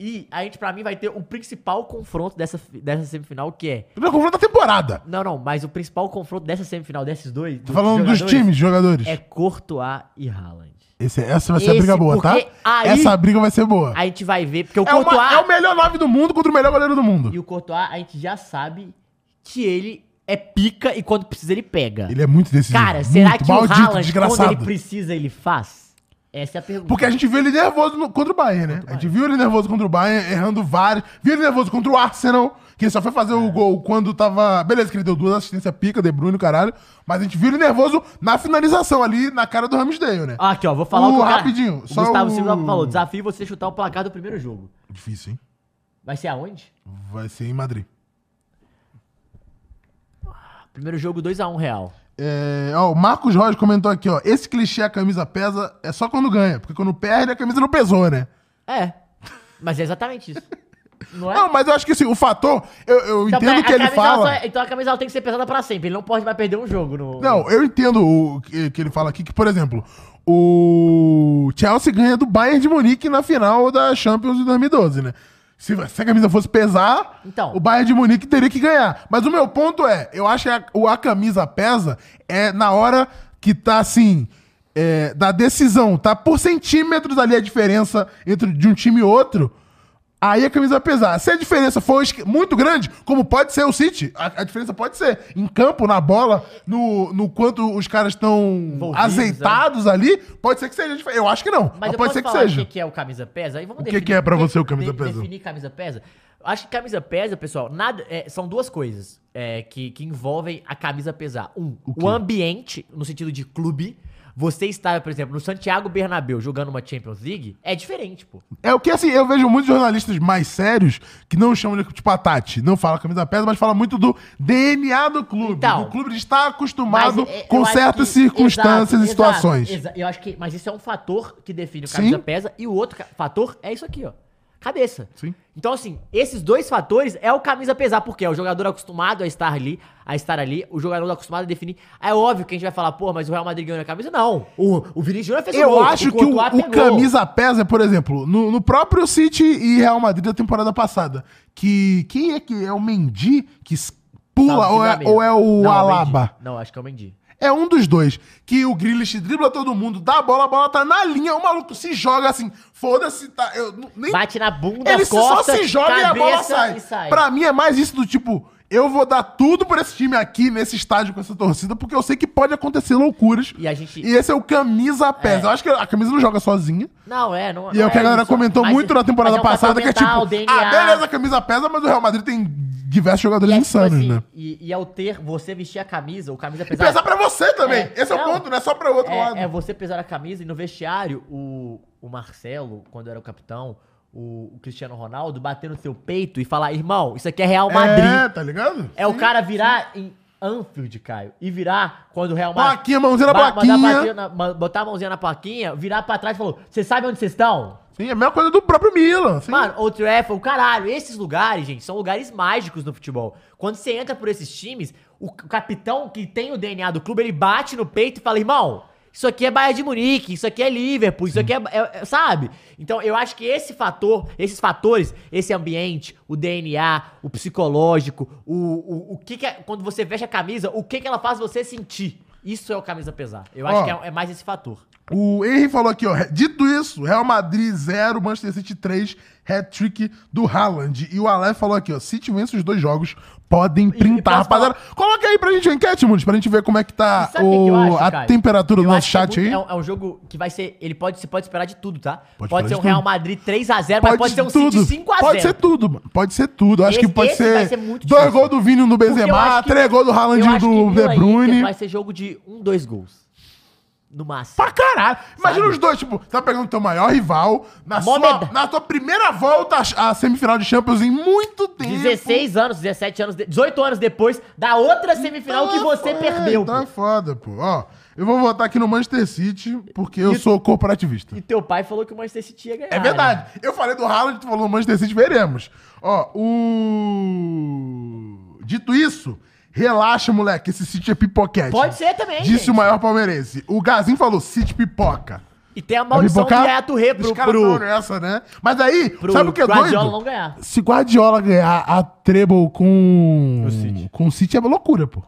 e a gente, pra mim, vai ter o principal confronto dessa, fi- dessa semifinal, que é... Primeiro confronto da temporada. Não, não, mas o principal confronto dessa semifinal, desses dois... Tô dos falando dos jogadores, times, jogadores. é Courtois e Haaland. Esse- essa vai ser a Esse, briga boa, tá? porque aí- Essa briga vai ser boa. A gente vai ver, porque o é, uma- Courtois é o melhor nove do mundo contra o melhor goleiro do mundo. e o Courtois, a gente já sabe que ele é pica e quando precisa ele pega. Ele é muito decisivo. Cara, será muito que o Haaland, quando desgraçado. ele precisa, ele faz? Essa é a pergunta. Porque a gente viu ele nervoso no- contra o Bayern, né? A gente viu ele nervoso contra o Bayern, errando vários. Viu ele nervoso contra o Arsenal, que ele só foi fazer É. o gol quando tava. Beleza, que ele deu duas assistências pica, De Bruyne, caralho. Mas a gente viu ele nervoso na finalização ali, na cara do Ramsdale, né? Ah, Aqui, ó, vou falar O o, que o cara- rapidinho, O só Gustavo o- Silva falou, desafio você chutar o placar do primeiro jogo. Difícil, hein? Vai ser aonde? Vai ser em Madrid. Primeiro jogo 2x1 Real. É, ó, o Marcos Rojas comentou aqui, ó. Esse clichê a camisa pesa é só quando ganha, porque quando perde a camisa não pesou, né? É, mas é exatamente isso. Não é? Não, mas eu acho que assim, o fator, eu, eu Então, entendo pera- o que a ele camisa, ela fala. só- então a camisa ela tem que ser pesada pra sempre, ele não pode mais perder um jogo. No... Não, eu entendo o que, que ele fala aqui, que, por exemplo, o Chelsea ganha do Bayern de Munique na final da Champions de 2012, né? Se, se a camisa fosse pesar, Então. o Bayern de Munique teria que ganhar. Mas o meu ponto é, eu acho que a, o a camisa pesa é na hora que tá assim, é, da decisão, tá por centímetros ali a diferença entre de um time e outro. Aí a camisa vai pesar. Se a diferença for esque- muito grande, como pode ser o City, a, a diferença pode ser em campo, na bola, no, no quanto os caras estão Envolvidos, azeitados ali, pode ser que seja. diferente. Eu acho que não, mas, pode eu posso ser que falar seja. O que, que é o camisa pesa? Aí vamos O que que é pra você o camisa pesa? Definir camisa pesa? Acho que camisa pesa, pessoal, nada, é, são duas coisas é, que, que envolvem a camisa pesar. Um, O quê? o, ambiente, no sentido de clube. Você estar, por exemplo, no Santiago Bernabéu jogando uma Champions League, é diferente, pô. É o que assim, eu vejo muitos jornalistas mais sérios que não chamam de tipo a Tati, não fala camisa pesa, mas fala muito do DNA do clube. Então. do clube está acostumado Mas, é, eu com acho certas que- circunstâncias exato, e situações. exato, exa- eu acho que, mas isso é um fator que define o camisa Sim. pesa e o outro ca- fator é isso aqui, ó. cabeça. Sim. Então, assim, esses dois fatores é o camisa pesar, porque é o jogador acostumado a estar ali, a estar ali, o jogador acostumado a definir. É óbvio que a gente vai falar, pô, mas o Real Madrid ganhou na camisa. Não. O, o Vinícius Júnior fez Eu gol, acho que o, Courtois o pegou. camisa pesa, por exemplo, no, no próprio City e Real Madrid da temporada passada. Que quem é que é o Mendy que s- pula Não, ou, é, ou é o Mendy. Alaba? Não, acho que é o Mendy. É um dos dois. Que o Grealish dribla todo mundo, dá a bola, a bola tá na linha, o maluco se joga assim, foda-se, tá, eu n- nem... Bate na bunda, Ele corta, só se joga e a bola cabeça sai. e sai. Pra mim é mais isso do tipo, eu vou dar tudo pra esse time aqui, nesse estádio com essa torcida, porque eu sei que pode acontecer loucuras. E a gente- E esse é o camisa pesa. Eu acho que a camisa não joga sozinha. Não, é, não E é o que a galera comentou muito na um temporada passada, que é tipo, O ah, beleza, a camisa pesa, mas o Real Madrid tem diversos jogadores é, tipo insanos, assim, né? E, e ao ter, você vestir a camisa, o camisa E pesada... pesar pra você também. É, Esse é o não. ponto, não é só pra outro lado. É, é você pesar a camisa e no vestiário, o, o Marcelo, quando era o capitão, o, o Cristiano Ronaldo, bater no seu peito e falar, irmão, isso aqui é Real Madrid. É, tá ligado? É o Sim. cara virar em Anfield, Caio. E virar quando o Real Plaquinha, mãozinha na Ba- mandar plaquinha. bater na- ma- botar a mãozinha na plaquinha, virar pra trás e falou: Você sabe onde vocês estão? Sim, é a mesma coisa do próprio Milan. Sim. Mano, o Trafford, caralho. Esses lugares, gente, são lugares mágicos no futebol. Quando você entra por esses times, o c- capitão que tem o DNA do clube, ele bate no peito e fala: Irmão, isso aqui é Bayern de Munique, isso aqui é Liverpool, isso aqui é, é- é- Sabe? Então eu acho que esse fator, esses fatores, esse ambiente, o DNA, o psicológico, o, o, o que, que é- Quando você veste a camisa, o que, que ela faz você sentir. Isso é o camisa pesar. Eu acho Ó. que é, é mais esse fator. O Henry falou aqui, ó. Dito isso, Real Madrid 0, Manchester City 3, hat-trick do Haaland. E o Aleph falou aqui, ó. City vence os dois jogos, podem printar, posso falar- rapaziada. Coloca aí pra gente a enquete, Muniz, pra gente ver como é que tá E sabe o que o- que eu acho, a Caio? temperatura do Eu nosso acho que é chat muito- aí. É um, é um jogo que vai ser. Ele pode, se pode esperar de tudo, tá? Pode Pode, esperar ser de um Real tudo. Madrid 3x0, mas pode ser um tudo. City 5x0. Pode ser tudo, mano. Pode ser tudo. Eu Acho Esse- que pode esse ser, vai ser muito dois difícil. gols do Vini no Porque eu Benzema, acho que- três gols do eu Haaland acho que do Milan De e Bruyne. Inter Vai ser jogo de um, dois gols. No máximo. Pra caralho. Imagina Sabe? os dois, tipo, tá pegando teu maior rival na, sua, Momeda. na tua primeira volta à à semifinal de Champions em muito tempo. 16 anos, 17 anos, de- 18 anos depois da outra semifinal que você é, perdeu. Então é pô. foda, pô. Ó, eu vou votar aqui no Manchester City porque eu sou corporativista. E teu pai falou que o Manchester City ia ganhar. né? É verdade. Eu falei do Haaland, tu falou do Manchester City, veremos. Ó, o... Dito isso, relaxa, moleque, esse City é pipoquete. Pode ser também, Disse gente. o maior palmeirense. O Gazinho falou, City pipoca. E tem a maldição do pipocar? Yaya Touré Os pro, caras pro, tão nessa, né? Mas aí, pro sabe o que é Guardiola doido? não ganhar. Se Guardiola ganhar a treble com o O City. com o City é loucura, pô.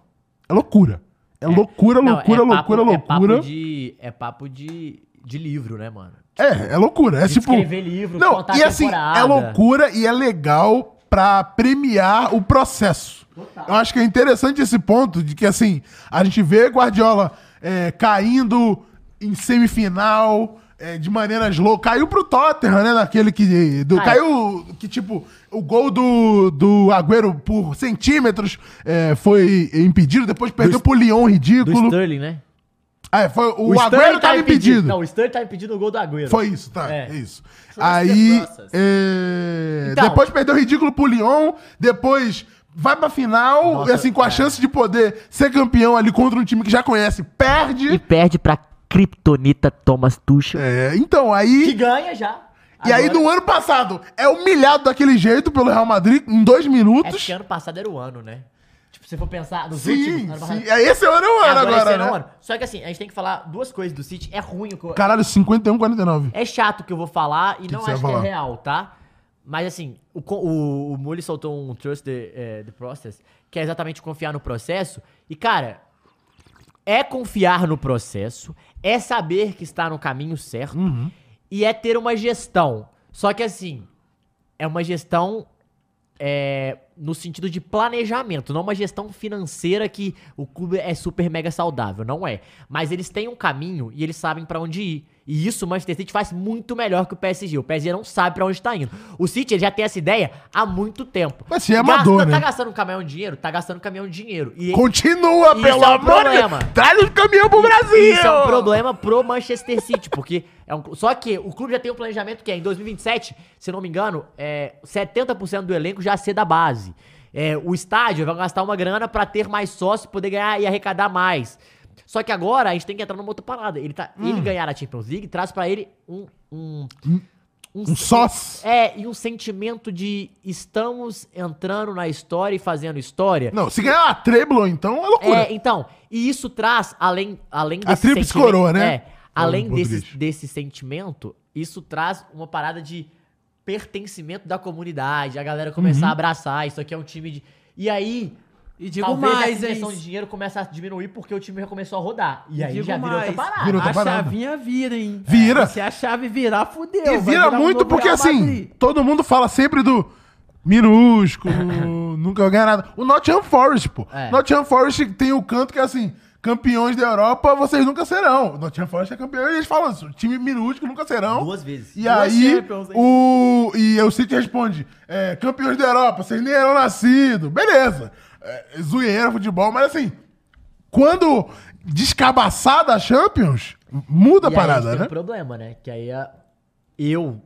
É loucura. É, loucura, Não, loucura, é papo- loucura, É loucura. papo de, é papo de, de livro, né, mano? É, é loucura. É De tipo. escrever livro, não, contar e a assim, temporada. é loucura e é legal pra premiar o processo. Eu acho que é interessante esse ponto de que, assim, a gente vê Guardiola é, caindo em semifinal. é, de maneiras loucas. Caiu pro Tottenham, né? Naquele que. Do, Caiu. caiu que, tipo, o gol do, do Agüero por centímetros é, foi impedido, depois perdeu pro Lyon ridículo. Sterling, né? Ah, é, foi, o, O, Agüero tava Sterling tá impedido. impedido. Não, o Sterling tá impedindo o gol do Agüero. Foi isso, tá. É, É. isso. Aí. process. é, assim. Então- depois perdeu o ridículo pro Lyon, depois vai pra final, e assim, é. com a chance de poder ser campeão ali contra um time que já conhece, perde. perde pra Kryptonita Thomas Tuchel. É, então, Que aí. ganha já. E aí, Agora- no ano passado, é humilhado daquele jeito pelo Real Madrid em dois É minutos. que ano passado era o ano, né? Tipo, se for pensar nos últimos... Sim, ano sim. passado- É esse ano é o ano agora, esse né? era o ano. Só que assim, a gente tem que falar duas coisas do City. É ruim o que eu... Caralho, 51, 49. É chato o que eu vou falar e que não você acho vai que é falar? real, tá? Mas assim, o, co- o, o Mulli soltou um Trust the, eh, the Process, que é exatamente confiar no processo. E, cara, é confiar no processo, é saber que está no caminho certo Uhum. e é ter uma gestão. Só que assim, é uma gestão é, no sentido de planejamento, não uma gestão financeira que o clube é super mega saudável, não é. Mas eles têm um caminho e eles sabem pra onde ir. E isso o Manchester City faz muito melhor que o PSG. O PSG não sabe pra onde tá indo. O City ele já tem essa ideia há muito tempo. Mas se é amador, Gasta- né? Tá gastando um caminhão de dinheiro? Tá gastando um caminhão de dinheiro. E Continua, Isso pelo é um amor de problema. Deus! Traz o caminhão pro Brasil! isso é um problema pro Manchester City, porque é um- só que o clube já tem um planejamento que é em 2027, se não me engano, é, 70% do elenco já ser da base. É, o estádio vai gastar uma grana pra ter mais sócios, poder ganhar e arrecadar mais. Só que agora a gente tem que entrar numa outra parada. Ele, tá, ele ganhar a Champions League traz pra ele um, um, Um sós. É, e um sentimento de estamos entrando na história e fazendo história. Não, se ganhar a Treblon, então é loucura. É, então, e isso traz, além, além A tríplice sentimento- coroa, né? É, além Falando em desse, português. desse sentimento, isso traz uma parada de pertencimento da comunidade, a galera Uhum. começar a abraçar, isso aqui é um time de... E aí, E digo talvez mais, a hein? questão de dinheiro começa a diminuir porque o time já começou a rodar. E aí Digo já virou outra mais. parada. Virou outra a parada. chavinha vira, hein? Vira. Se a chave virar, fudeu. E vai vira virar um muito novo porque Real assim, Madrid. todo mundo fala sempre do [LAUGHS] minúsculo, nunca vai ganhar nada. O Nottingham Forest, pô. É. Nottingham Forest tem o canto que é assim, campeões da Europa vocês nunca serão. O Nottingham Forest é campeão e eles falam assim, time minúsculo nunca serão. Duas vezes. E Duas aí, Champions, hein? o... E o City responde, é, campeões da Europa, vocês nem eram nascidos. Beleza. É, zoeira, futebol, mas assim, quando descabaçada a Champions, muda a E aí a gente parada, tem né? um problema, né? Que aí a- eu,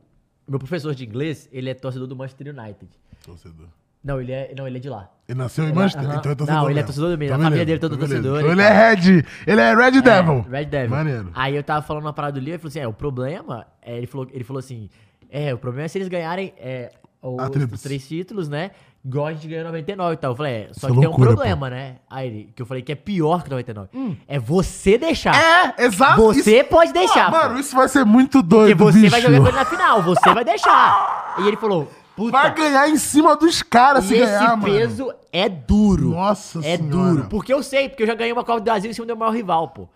meu professor de inglês, ele é torcedor do Manchester United. Torcedor. Não, ele é, não, ele é de lá. Ele nasceu em Ele é- Manchester, aham. então é torcedor. Não, ele é mesmo. torcedor do Milan. Então A beleza, família dele é toda então beleza. torcedora Então e ele é Red. Ele é Red Devil. É, Red Devil. Maneiro. Aí eu tava falando uma parada do livro, ele falou assim, é, o problema, é, ele, falou, ele falou assim, é, o problema é se eles ganharem é, os, A tríplice. os três títulos, né? Igual a gente ganhou 99 e tal. Eu falei, é, só é que tem um loucura, problema, né? Aí ele, que eu falei que é pior que 99. É você deixar. É, exato. Você pode deixar, Ah, pô. mano, isso vai ser muito doido, Porque você bicho. vai jogar com ele na final, você vai deixar. E ele falou, puta, Vai ganhar em cima dos caras e se ganhar, esse mano. peso é duro. Nossa É Senhora. duro. Porque eu sei, porque eu já ganhei uma Copa do Brasil em cima do meu maior rival, pô.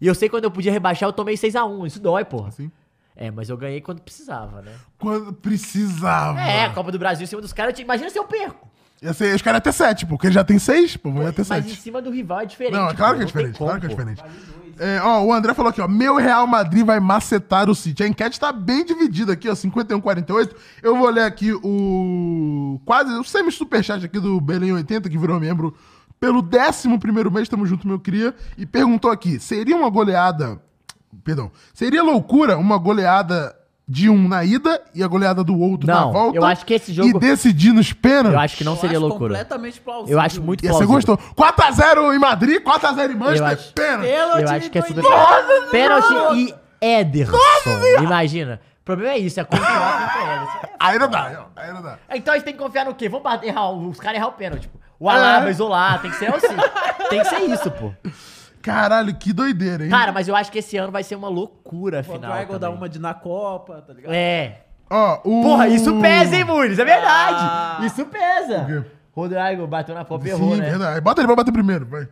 E eu sei quando eu podia rebaixar, eu tomei 6x1. Isso dói, porra. Assim? É, mas eu ganhei quando precisava, né? Quando precisava. É, Copa do Brasil em cima dos caras. eu tinha- Imagina se eu perco. Ia ser- os caras iam ter sete, porque ele já tem seis, pô, vai ter Mas em sete. cima do rival é diferente. Não, é claro que é pô, não tem diferente, claro que é como, pô. diferente. É, ó, o André falou aqui, ó, meu Real Madrid vai macetar o City. A enquete tá bem dividida aqui, ó, 51-48. Eu vou ler aqui o quase, o semi-superchat aqui do Belém80, que virou membro pelo 11º mês, tamo junto, meu cria, e perguntou aqui, seria uma goleada... Perdão. Seria loucura uma goleada de um na ida e a goleada do outro na Não, volta? eu acho que esse jogo- E decidir nos pênaltis? Eu acho que não seria acho loucura. completamente plausível. Eu acho muito Ia ser plausível. gostoso. 4x0 em Madrid, 4x0 em Manchester, acho- pênalti. Pênalti Eu acho que é do tudo Neymar. Pênalti e Ederson. Imagina. O problema é isso, é continuar contra o Ederson. Aí não dá, aí não dá. Então a gente tem que confiar no quê? Vamos bater, errar, os caras errar o pênalti. pô. O Alaba, É. isolar, tem que ser assim. tem que ser isso, pô. Caralho, que doideira, hein? Cara, mas eu acho que esse ano vai ser uma loucura a O final. Dragon dá também. uma de na Copa, tá ligado? É. Ó, o... Porra, isso pesa, hein, Muniz? É verdade. Ah. Isso Hum. O pesa. quê? Rodrigo bateu na pop e errou, Sim, né? verdade. Bota ele pra bater primeiro, vai.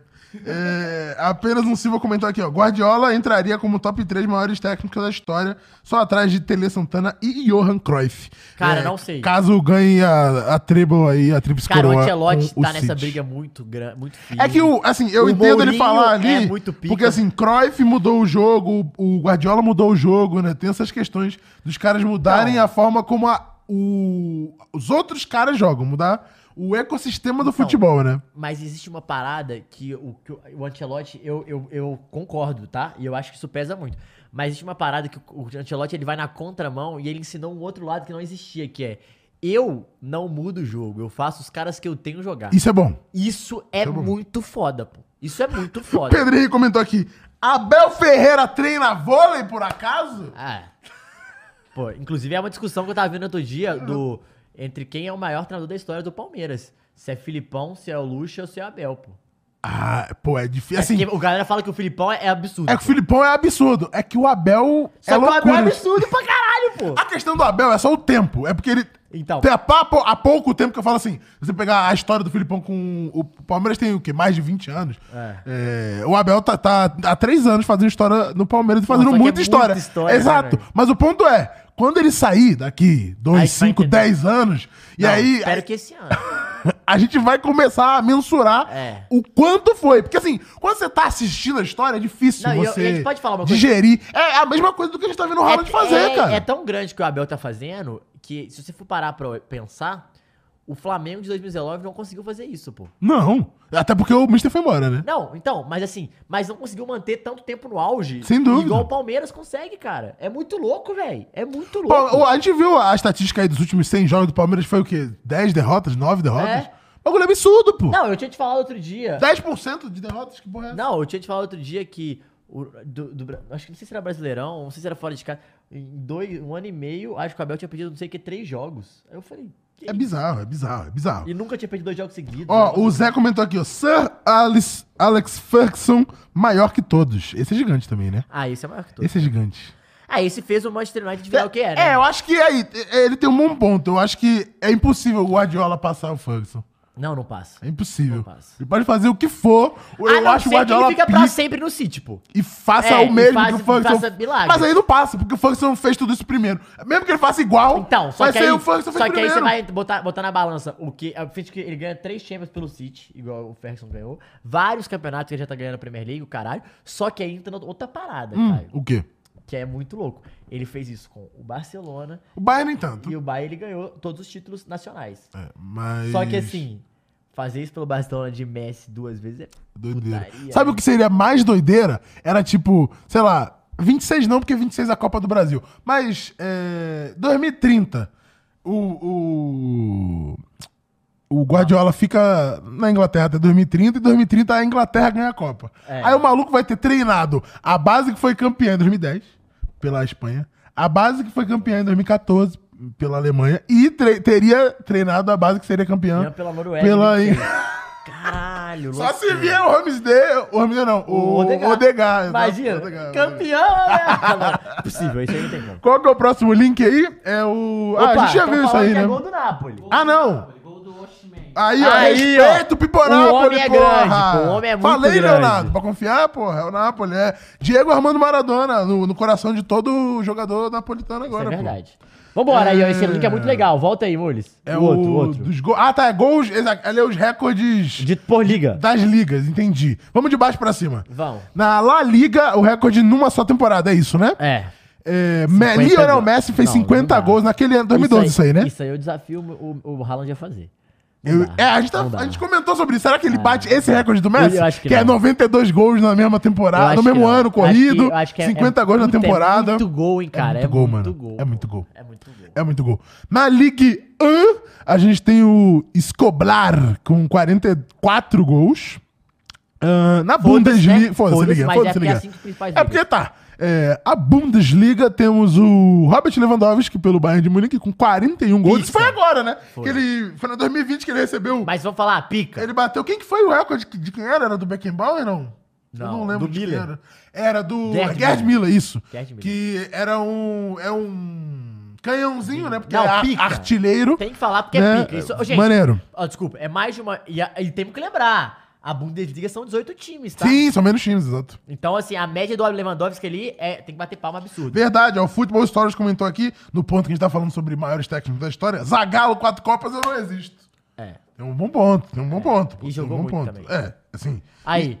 É, apenas um Silva comentou aqui, ó. Guardiola entraria como top 3 maiores técnicos da história, só atrás de Tele Santana e Johan Cruyff. É, Cara, não sei. Caso ganhe a, a tribo aí, a tribo Cara, o Ancelotti tá nessa briga muito grande, muito firme. É que o, assim, eu O entendo ele Mourinho falar é ali, muito pica. porque assim, Cruyff mudou o jogo, o Guardiola mudou o jogo, né? Tem essas questões dos caras mudarem Então. a forma como a- o- os outros caras jogam, mudar o ecossistema Então. do futebol, né? Mas existe uma parada que o, que o- o Ancelotti, eu, eu, eu concordo, tá? E eu acho que isso pesa muito. Mas existe uma parada que o, o Ancelotti ele vai na contramão e ele ensinou um outro lado que não existia, que é eu não mudo o jogo, eu faço os caras que eu tenho jogar. Isso, Isso é bom. é muito foda, pô. Isso é muito foda. Pedro Henrique comentou aqui: Abel Ferreira treina vôlei por acaso? Ah. Pô, inclusive é uma discussão que eu tava vendo outro dia do entre quem é o maior treinador da história do Palmeiras. Se é Filipão, se é o Lucha ou se é o Abel, pô. Ah, pô, é difícil. É Assim, porque o galera fala que o Filipão é, é absurdo. é que o pô. Filipão é absurdo. É que o Abel Só é que o Abel é loucura. absurdo pra caralho, pô. A questão do Abel é só o tempo. É porque ele. Então. Tem há, pou- há pouco tempo que eu falo assim. se Você pegar a história do Filipão com. O Palmeiras tem o quê? Mais de 20 anos. É, o Abel tá, tá há três anos fazendo história no Palmeiras e fazendo só que é muita muita história. história, Exato. né, velho? Mas o ponto é, quando ele sair daqui, Aí vai 2, 5, entender. 10 anos, e Não, aí Espero que esse ano. a gente vai começar a mensurar É. o quanto foi. Porque assim, quando você tá assistindo a história, é difícil Não, e eu- você e a gente pode falar uma coisa? digerir. É a mesma coisa do que a gente tá vendo o Haaland é, fazer, é- cara. é tão grande que o Abel tá fazendo que, se você for parar pra pensar, o Flamengo de 2019 não conseguiu fazer isso, pô. Não. Até porque o Mister foi embora, né? Não, então, mas assim, mas não conseguiu manter tanto tempo no auge. Sem dúvida. Igual o Palmeiras consegue, cara. É muito louco, velho. É muito Pô, louco. o- a gente viu a estatística aí dos últimos 100 jogos do Palmeiras, foi o quê? 10 derrotas? 9 derrotas? É. Bagulho absurdo, pô. Não, eu tinha te falado outro dia. 10% de derrotas? Que porra é essa? Não, eu tinha te falado outro dia que. o- do, do Bra- acho que não sei se era brasileirão, não sei se era fora de casa. Em dois, um ano e meio, acho que o Abel tinha perdido não sei o que, três jogos. Aí eu falei, que É bizarro, é bizarro, é bizarro. E nunca tinha perdido dois jogos seguidos. né? Ó, o Zé comentou aqui, ó. Sir Alice- Alex Ferguson, maior que todos. Esse é gigante também, né? Ah, esse é maior que todos. Esse é gigante. Ah, esse fez o Manchester United virar o que era. né? É, eu acho que aí, é, ele tem um bom ponto. Eu acho que é impossível o Guardiola passar o Ferguson. Não, não passa. É impossível. Não passa. Ele pode fazer o que for. ah, Eu não, acho sei o que ele Guardiola fica pica pra sempre no City, pô. e faça É, o e mesmo faça- que o Ferguson. faça milagre. Mas aí não passa, porque o Ferguson fez tudo isso primeiro. Mesmo que ele faça igual, Então, só mas que aí, aí o Ferguson fez só que aí primeiro. você vai botar, botar na balança o que. Eu fiz que ele ganha três Champions pelo City, igual o Ferguson ganhou. Vários campeonatos que ele já tá ganhando na Premier League, o caralho. Só que aí entra outra parada, Caio, Hum. O quê? que é muito louco. Ele fez isso com o Barcelona O Bayern, nem tanto. e o Bayern ele ganhou todos os títulos nacionais. É, mas... Só que assim, fazer isso pelo Barcelona de Messi duas vezes é Doideira. Putaria. Sabe o que seria mais doideira? Era tipo, sei lá, 26 não, porque 26 é a Copa do Brasil. Mas, é, 2030, o, o, o Guardiola fica na Inglaterra até 2030 e 2030 a Inglaterra ganha a Copa. É. Aí o maluco vai ter treinado a base que foi campeã em 2010 pela Espanha, a base que foi campeã em 2014 pela Alemanha e tre- teria treinado a base que seria campeã Ganhou pela Noruega. pela né? Inglaterra. Caralho, Só loucura. se vier o Ramsdale, o Ramsdale não, o, Odegar. Imagina, exato, Odegaard, Odegaard. campeão, né? Impossível, isso aí não tem como. Qual que é o próximo link aí? É o... ah, a Opa, gente já tão viu isso falando aí, que né? É gol do Napoli. Ah, não! Aí, ó, Aí, respeito, ó. Piponápolis, O homem é porra. grande, pô, o homem é muito Falei, grande. Leonardo, pra confiar, porra, é o Napoli, é. Diego Armando Maradona, no, no coração de todo jogador napolitano Isso é agora, pô. verdade. Vambora aí, ó. Esse link é muito legal. Volta aí, Mules. É o outro, o outro. Dos gols. Ah, tá, é gols, exa- ali é os recordes De por liga. das ligas, entendi. Vamos de baixo pra cima. Vão. Na La Liga, o recorde numa só temporada, é isso, né? É. É, Me- 50 Lionel gols. Messi fez Não, 50 não dá. gols naquele ano, 2012 isso aí, né? Isso aí eu desafio o, o, o Haaland a fazer. Eu- dá, é, a gente, tá- não dá. a gente comentou sobre isso. Será que ele bate esse recorde do Messi? Eu acho que é não. 92 gols na mesma Eu temporada, acho no que mesmo não. ano Eu acho que- corrido, eu acho que é- 50 é gols na muito- temporada. É muito gol, hein, cara. É muito gol, mano. É muito gol. É muito gol. É muito gol. Na Ligue 1, a gente tem o Escoblar com 44 gols. Ah, na Bundesliga. né? Foda-se, Foda-se, liga, mas é foda-se, porque liga. é as cinco principais É ligas. porque tá. É, a Bundesliga temos o Robert Lewandowski pelo Bayern de Munique com 41 gols. Isso foi agora, né? Que ele, foi na 2020 que ele recebeu. Mas vamos falar, pica. Ele bateu. Quem que foi o recorde que- de quem era? Era do Beckenbauer, não? Eu Não, não lembro do de quem Miller. era. Era do Gerd Gerd, Miller. isso. Gerd Miller. Que era um é um canhãozinho, né? Porque Não, é a- pica. artilheiro. Tem que falar porque Né? é pica. Isso, gente, Maneiro. Ó, desculpa, é mais de uma. E, a- e temos que lembrar: a Bundesliga são 18 times, tá? Sim, são menos times, exato. Então, assim, a média do Lewandowski ali é, tem que bater palma absurdo. Verdade, ó, o Futebol Stories comentou aqui, no ponto que a gente tá falando sobre maiores técnicos da história, Zagallo, quatro copas, eu não existo. É. Tem um bom ponto, tem um bom ponto. pô, E jogou tem um bom muito também. É, assim... [LAUGHS] Aí.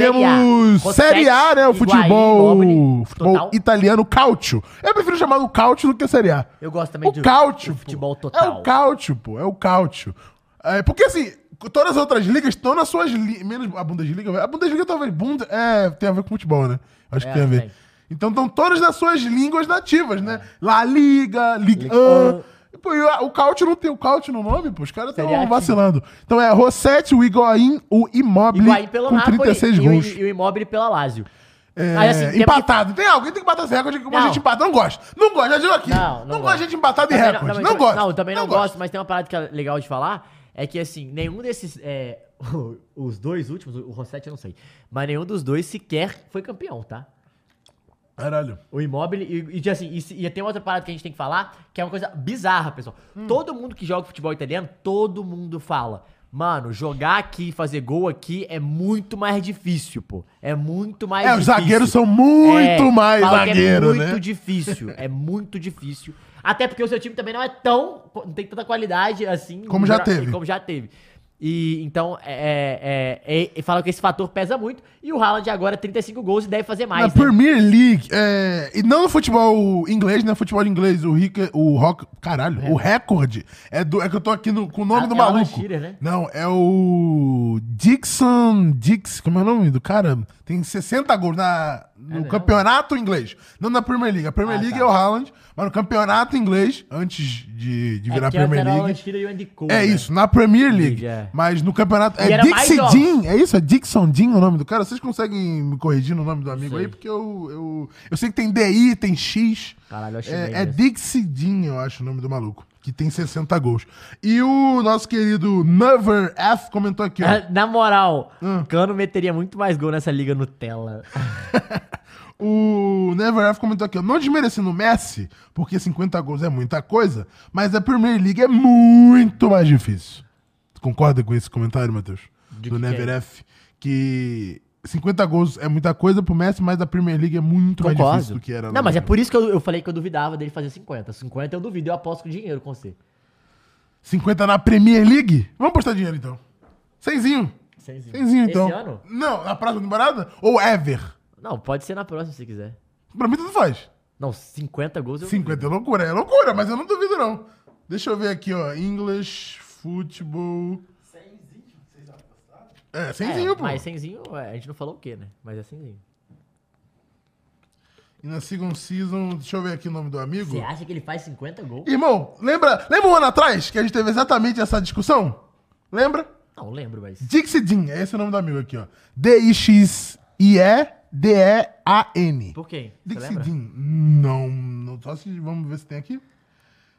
Temos Série A, né? O futebol, Higuaín, Nobili, futebol total. italiano, calcio. Eu prefiro chamar do calcio do que a Série A. Eu gosto também O calcio, do pô. futebol É total. o calcio, pô. É o calcio. É, porque, assim, todas as outras ligas estão nas suas... li- Menos a Bundesliga. A Bundesliga talvez... Bund... É, tem a ver com futebol, né? Acho É, que tem a ver. tem. Então estão todas nas suas línguas nativas, né? La Liga, Ligue 1... É. um. Pô, e a- o Cautio não tem o Cautio no nome, pô. Os caras Série A estão tinha. vacilando. Então é Rossetti, o Higuaín, o Immobile Higuaín pelo com Napoli 36 e o- gols. E o Immobile pela Lazio. É, Aí, assim, temos empatado. Tem alguém que tem que bater esse recorde que a Não. gente empata. Não gosto. Não gosto, já digo aqui. Não, Não, não gosto gosto. de gente empatada em Também recorde. também- Não gosto. Não, também não, gosto, mas tem uma parada que é legal de falar, é que assim, nenhum desses, é, [LAUGHS] os dois últimos, o Rossetti eu não sei, mas nenhum dos dois sequer foi campeão, tá? Caralho. O imóvel e, e, assim, e, se- e tem outra parada que a gente tem que falar, que é uma coisa bizarra, pessoal. Hum. Todo mundo que joga futebol italiano, todo mundo fala. Mano, jogar aqui e fazer gol aqui é muito mais difícil, pô. É muito mais É, os difícil. zagueiros são muito É, mais fala que zagueiro, É muito né? difícil. É muito difícil. Até porque o seu time também não é tão. Não tem tanta qualidade assim. Como já pra- teve. Como já teve. E então, é, é, é, é- falam que esse fator pesa muito. E o Haaland agora 35 gols e deve fazer mais. Na né? Premier League, é, e não no futebol inglês, né? Futebol inglês, o Rick, o Rock, caralho, o recorde é do, é que eu tô aqui no- com o nome Ah, do é Alan maluco. Shearer, né? Não, é o Dixon, Dix, como é o nome do cara? Tem 60 gols na, no campeonato inglês, não na Premier League. A Premier É Ah, League tá. é o Haaland, mas no campeonato inglês, antes de, de virar é Premier League, e o Andy Cole, É né? isso, na Premier League. League, é. Mas no campeonato. E É era mais Dixie jogos. Dean, é isso? É Dixon Dean o nome do cara? Vocês conseguem me corrigir no nome do amigo aí? Porque eu, eu. Eu sei que tem DI, tem X. Caralho, eu achei bem É, é mesmo. Dixie Dean, eu acho o nome do maluco. Que tem 60 gols. E o nosso querido Never F comentou aqui, ó. [LAUGHS] Na moral, Hum. Cano meteria muito mais gol nessa liga Nutella. O Never F comentou aqui, ó. Não desmerecendo o Messi, porque 50 gols é muita coisa, mas a Premier League é muito mais difícil. Tu concorda com esse comentário, Matheus? Do que é? Never F. Que 50 gols é muita coisa pro Messi, mas a Premier League é muito mais difícil do que era. Não, lá mas é atrás. por isso que eu, eu falei que eu duvidava dele fazer 50. 50 eu duvido, eu aposto com dinheiro com você. 50 na Premier League? Vamos postar dinheiro, então. Seizinho. Cenzinho. Seizinho, então. Esse ano? Não, na próxima temporada? Ou ever? Não, pode ser na próxima se quiser. Pra mim, tudo faz. Não, 50 gols eu 50 é loucura, é loucura, mas eu não duvido, não. Deixa eu ver aqui, ó. English, futebol. É, duvido. semzinho, É, pô. mas cenzinho, é, a gente não falou o quê, né? Mas é cenzinho. E na second season, deixa eu ver aqui o nome do amigo. Você acha que ele faz 50 gols? Irmão, lembra, lembra um ano atrás que a gente teve exatamente essa discussão? Lembra? Não, lembro, mas... Dixie Dean, é esse o nome do amigo aqui, ó. D-I-X-I-E-D-E-A-N. Por quem? Você Dixie lembra? Dean. Não, não, só se, vamos ver se tem aqui.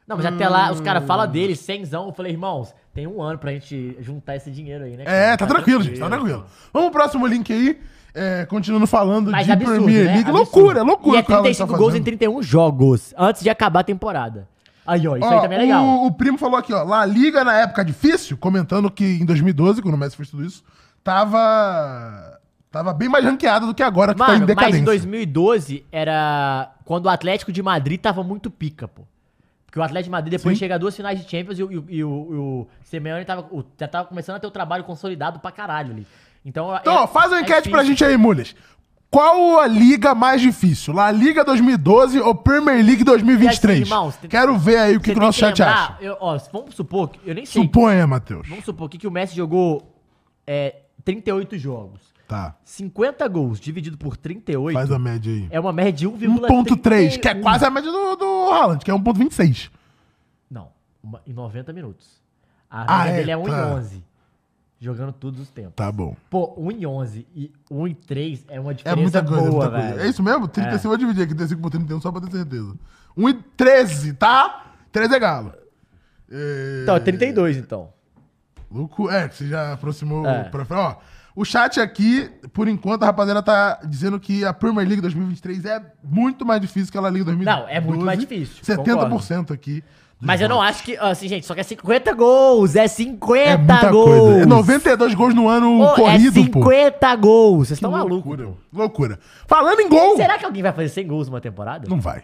Não, mas até lá os caras falam dele, cenzão. Eu falei, irmãos, tem um ano pra gente juntar esse dinheiro aí, né? cara? É, tá tranquilo, gente, tá tranquilo. Vamos pro próximo link aí. É, continuando falando Mas de absurdo, Premier né? League. Absurdo. Loucura, loucura E é o que o Haaland tá 35 gols em fazendo. 31 jogos, antes de acabar a temporada. Aí, ó, isso Ó, aí também é legal. O, o primo falou aqui, ó, La Liga na época difícil, comentando que em 2012, quando o Messi fez tudo isso, tava tava bem mais ranqueada do que agora, que tá em Mano, mas decadência. em 2012 era quando o Atlético de Madrid tava muito pica, pô. Porque o Atlético de Madrid depois chega a duas finais de Champions e, o- e o- e o, e o Simeone tava, o- já tava começando a ter o trabalho consolidado pra caralho ali. Então, Então, ó, faz uma enquete pra difícil. gente aí, Mulhas. Qual a liga mais difícil? La Liga 2012 ou Premier League 2023? E assim, irmãos, tem- Quero ver aí o Você que, que o tem nosso que chat lembrar, acha. eu- ó, vamos supor que. Eu nem sei. Suponha, Matheus. Vamos supor que, que o Messi jogou é, 38 jogos. Tá, 50 gols dividido por 38 faz a média aí. é uma média de 1.3, 1,3. que é quase a média do, do Haaland, que é 1.26. Não, uma- em 90 minutos. A Ah, média é, dele é 1 tá. em 11. Jogando todos os tempos. Tá bom. Pô, 1 em 11 e 1 em 3 é uma É diferença muita coisa, é boa, muita coisa. velho. É isso mesmo? 35 eu vou dividir aqui, 35 por 31, só pra ter certeza. 1 e 13, tá? 13 é galo. É, Então, é 32, então. Louco, é, que você já aproximou É. pra frente. Ó, o chat aqui, por enquanto, a rapaziada tá dizendo que a Premier League 2023 é muito mais difícil que a La Liga 2012. Não, é muito mais difícil, 70% aqui. dos Mas eu não votos. acho que... Assim, gente, só que é 50 gols! É 50 É muita gols! coisa. É 92 gols no ano Pô, corrido, é pô. 50 gols! Vocês estão malucos. Loucura, loucura. Falando em gol, Será que alguém vai fazer 100 gols numa temporada? não vai.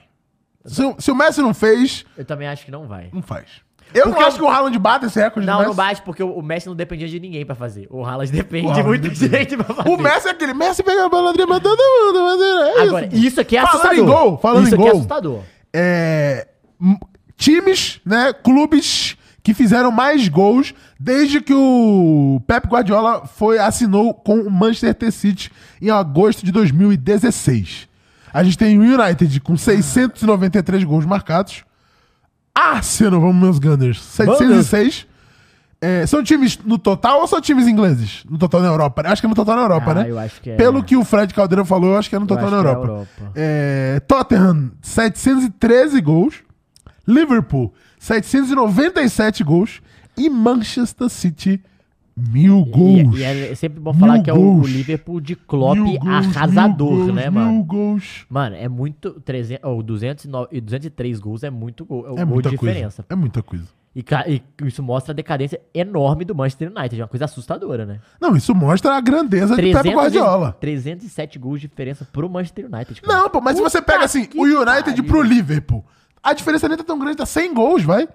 Se, o- se o Messi não fez, Eu também acho que não vai. não faz. Eu Porque não acho o- que o Haaland bate esse recorde do Não, Messi. não bate, porque o o Messi não dependia de ninguém pra fazer. O Haaland depende é assim. O de Haaland muita depende. gente pra fazer. O Messi é aquele Messi pega a bola, dribla todo mundo. mas é isso. Agora, isso aqui é Falando assustador. em gol, falando isso em aqui é gol. assustador. é, m- times, né, clubes que fizeram mais gols desde que o Pep Guardiola foi assinou com o Manchester City em agosto de 2016. A gente tem o United com 693 gols marcados. Arsenal, vamos meus Gunners, 706. É, são times no total ou são times ingleses? No total na Europa? Acho que é no total na Europa, Ah, né? eu acho que é. Pelo que o Fred Caldeira falou, eu acho que é no total acho na que é Europa. Europa. É, Tottenham, 713 gols. Liverpool, 797 gols. E Manchester City, mil gols. E, e é sempre bom falar Mil que é o, o gols. Liverpool de Klopp Mil gols, arrasador, mil gols, né, mano? Mil gols. Mano, é muito. 300, ou 209, e 203 gols é muito gol. É, um É gol muita de coisa. diferença. É muita coisa. E, ca- e isso mostra a decadência enorme do Manchester United. É uma coisa assustadora, né? Não, isso mostra a grandeza de Pep 300 e- tá Guardiola. 307 gols de diferença pro Manchester United. cara. Não, pô, mas se você pega assim, que o United pariu. pro Liverpool, a diferença nem tá tão grande, tá 100 gols, vai.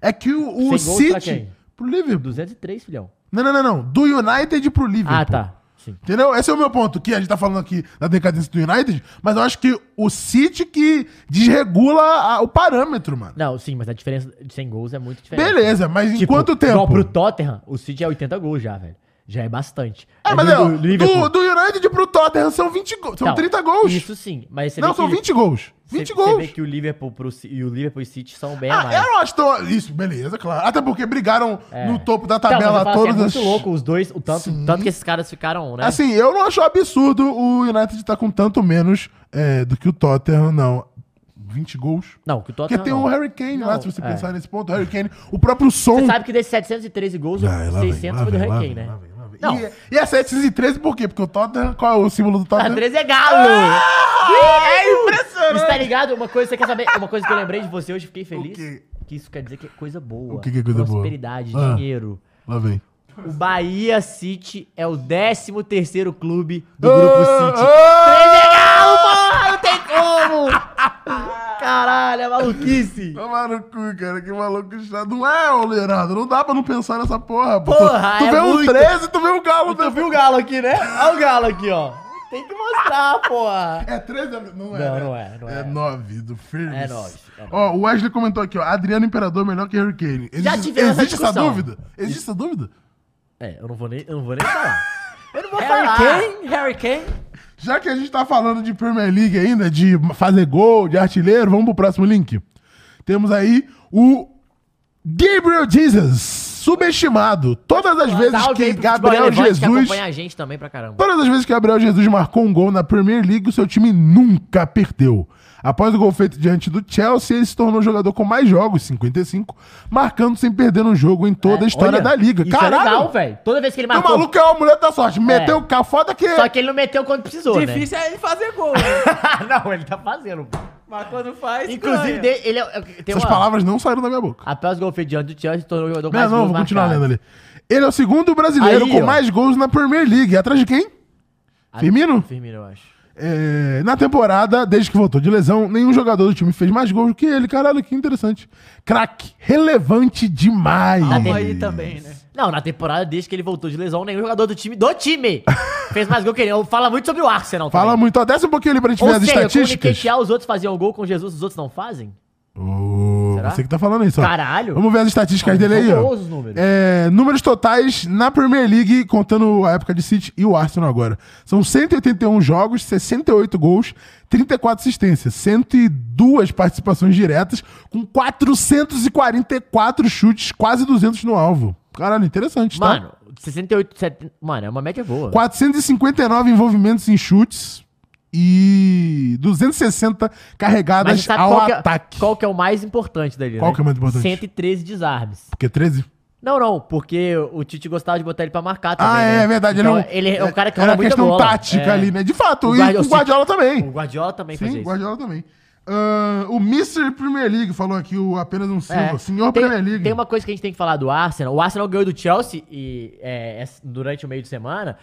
É que o, o 100 gols City pra quem? pro Liverpool. 203, filhão. Não, não, não, não. Do United pro Liverpool. Ah, tá. Sim. Entendeu? Esse é o meu ponto, que a gente tá falando aqui da decadência do United, mas eu acho que o City que desregula a- o parâmetro, mano. Não, sim, mas a diferença de 100 gols é muito diferente. Beleza, mas em Tipo, quanto tempo? Igual pro Tottenham, o City é 80 gols já, velho. Já é bastante. É, mas do- não, do do, Liverpool. do United pro Tottenham são 20 gols, são Então, 30 gols. Isso sim, mas você não, vê são que, 20 gols. 20 você, Você gols. vê que o Liverpool pro, Ci- e o Liverpool e City são bem a Ah, mais. eu acho tão... Isso, beleza, claro. Até porque brigaram É. no topo da Então, mas eu tabela falo assim, todas é as... muito louco os dois, o tanto, Sim. tanto que esses caras ficaram, né? Assim, eu tá não acho absurdo o United estar com tanto menos é, do que o Tottenham, não. 20 gols. Não, que o Porque Tottenham tem um não. o Harry Kane lá, tá se Não, você é. pensar nesse ponto. O Harry Kane, o próprio som. Você sabe que desses 713 gols, Ah, um- lá vem, 600 lá foi do vem, lá Hurricane, vem, né? lá vem, lá vem. Não. E, e é 713 por quê? Porque o Tottenham, qual é o símbolo do A Tottenham? 13 é galo! Ah! é impressionante! Você tá ligado? Uma coisa que você quer saber? Uma coisa que eu lembrei de você hoje, fiquei feliz. O quê? Que isso quer dizer que é coisa boa. O que que é coisa boa? Prosperidade, Ah. dinheiro. Lá vem. O Bahia City é o 13 terceiro clube do Ah, Grupo City. Legal, porra! Não tem como! Caralho, é maluquice! Toma no cu, cara, que maluco chato. Não é, ô Leonardo, não dá pra não pensar nessa porra. pô. Porra, tu, tu é vê muito. o 13, tu vê o Galo. Tu viu o galo aqui, né? Olha o galo aqui, ó. Tem que mostrar, porra. É 13? Não é, Não, né? não é, não é. É 9, do Firmes. É nove, é nove. Ó, o Wesley comentou aqui, ó, Adriano Imperador é melhor que Harry Kane. Existe, Já tivemos essa Existe essa discussão. dúvida? Existe essa dúvida? É, eu não vou nem, eu não vou nem falar. Eu não vou falar. Harry Kane, Harry Kane. Já que a gente tá falando de Premier League ainda, de fazer gol, de artilheiro, vamos pro próximo link. Temos aí o Gabriel Jesus, subestimado. Todas as vezes Salve que um aí pro futebol Gabriel relevante que Jesus... acompanha a gente também pra caramba. Todas as vezes que Gabriel Jesus marcou um gol na Premier League, o seu time nunca perdeu. Após o gol feito diante do Chelsea, ele se tornou o jogador com mais jogos, 55, marcando sem perder um jogo em toda a história É, Olha, da liga. Isso Caralho! é legal, velho. Toda vez que ele o marcou. É. maluco é o mulher da sorte. Meteu o carro foda que. Só que ele não meteu quando precisou, né? Difícil é ele fazer gol, né? [LAUGHS] não, ele tá fazendo. pô. Mas quando faz. Inclusive, ganha. de- ele é- é- tem Essas uma... palavras não saíram da minha boca. Após o gol feito diante do Chelsea, se tornou o jogador mais não, não, gols vou continuar marcados. lendo ali. Ele é o segundo brasileiro Aí, com ó. mais gols na Premier League. Atrás de quem? Ah, Firmino? Firmino, eu acho. É, na temporada, desde que voltou de lesão, nenhum jogador do time fez mais gols do que ele. Caralho, que interessante. Craque, relevante demais. Calma aí também, né? Não, na temporada, desde que ele voltou de lesão, nenhum jogador do time, do [LAUGHS] time, fez mais gol que ele. Eu- Fala muito sobre o Arsenal Fala também. muito. Ó, desce um pouquinho ali pra gente ver Ou as seja, estatísticas. com o Nketiah, ah, os outros faziam gol com Jesus, os outros não fazem? Ô, Será? você que tá falando isso, ó. Caralho. Vamos ver as estatísticas Não, dele aí, ó. fabulosos os números. É, números totais na Premier League, contando a época de City e o Arsenal agora. São 181 jogos, 68 gols, 34 assistências, 102 participações diretas, com 444 chutes, quase 200 no alvo. Caralho, interessante, tá? Mano, 68, 70, mano, é uma média boa. 459 envolvimentos em chutes e 260 Mas carregadas sabe ao qual que, ataque. é, qual que é o mais importante dali, Qual né? que é o mais importante? 113 desarmes. Porque 13? Não, não, porque o Tite gostava de botar ele pra marcar também, Ah, é, né? é verdade. Então, ele, é um, é um cara que era rola muita questão bola. tática É. ali, né? De fato, O e Guardiola- com o Guardiola O também. Guardiola também fazia Sim, o isso. Guardiola também. Ah, o Mr. Premier League falou aqui o apenas um É. Silva. Senhor tem, Premier League. Tem uma coisa que a gente tem que falar do Arsenal. O Arsenal ganhou do Chelsea e, é, essa- durante o meio de semana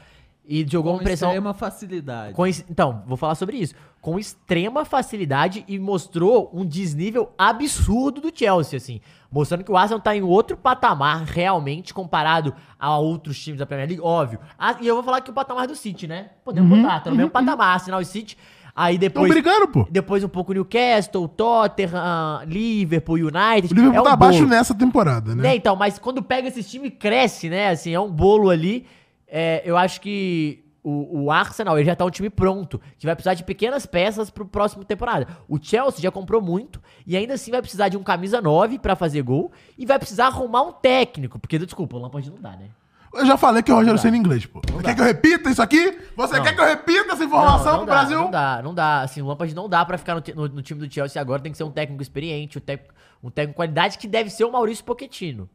e jogou uma Com pressão... extrema facilidade. com es- então, vou falar sobre isso. Com extrema facilidade e mostrou um desnível absurdo do Chelsea, assim. Mostrando que o Arsenal tá em outro patamar, realmente, comparado a outros times da Premier League, óbvio. Ah, e eu vou falar que o patamar do City, né? Podemos Uhum. botar, tá no mesmo patamar, Arsenal e City. Aí Estão depois... brigando, pô. Depois um pouco Newcastle, Tottenham, Liverpool, United. O Liverpool É um tá abaixo bolo. nessa temporada, né? Né, então, mas quando pega esses times, cresce, né? Assim, é um bolo ali. É, eu acho que o, o Arsenal ele já tá um time pronto, que vai precisar de pequenas peças pro próximo temporada. O Chelsea já comprou muito e ainda assim vai precisar de um camisa 9 pra fazer gol e vai precisar arrumar um técnico, porque desculpa, o Lampard não dá, né? Eu já falei que o Rogério Senna é inglês, pô. Quer que eu repita isso aqui? Você quer que eu repita essa informação não pro dá, Brasil? Não dá, não dá. Assim, o Lampard não dá pra ficar no, ti- no- no time do Chelsea agora. Tem que ser um técnico experiente, um técnico, um técnico de qualidade que deve ser o Maurício Pochettino.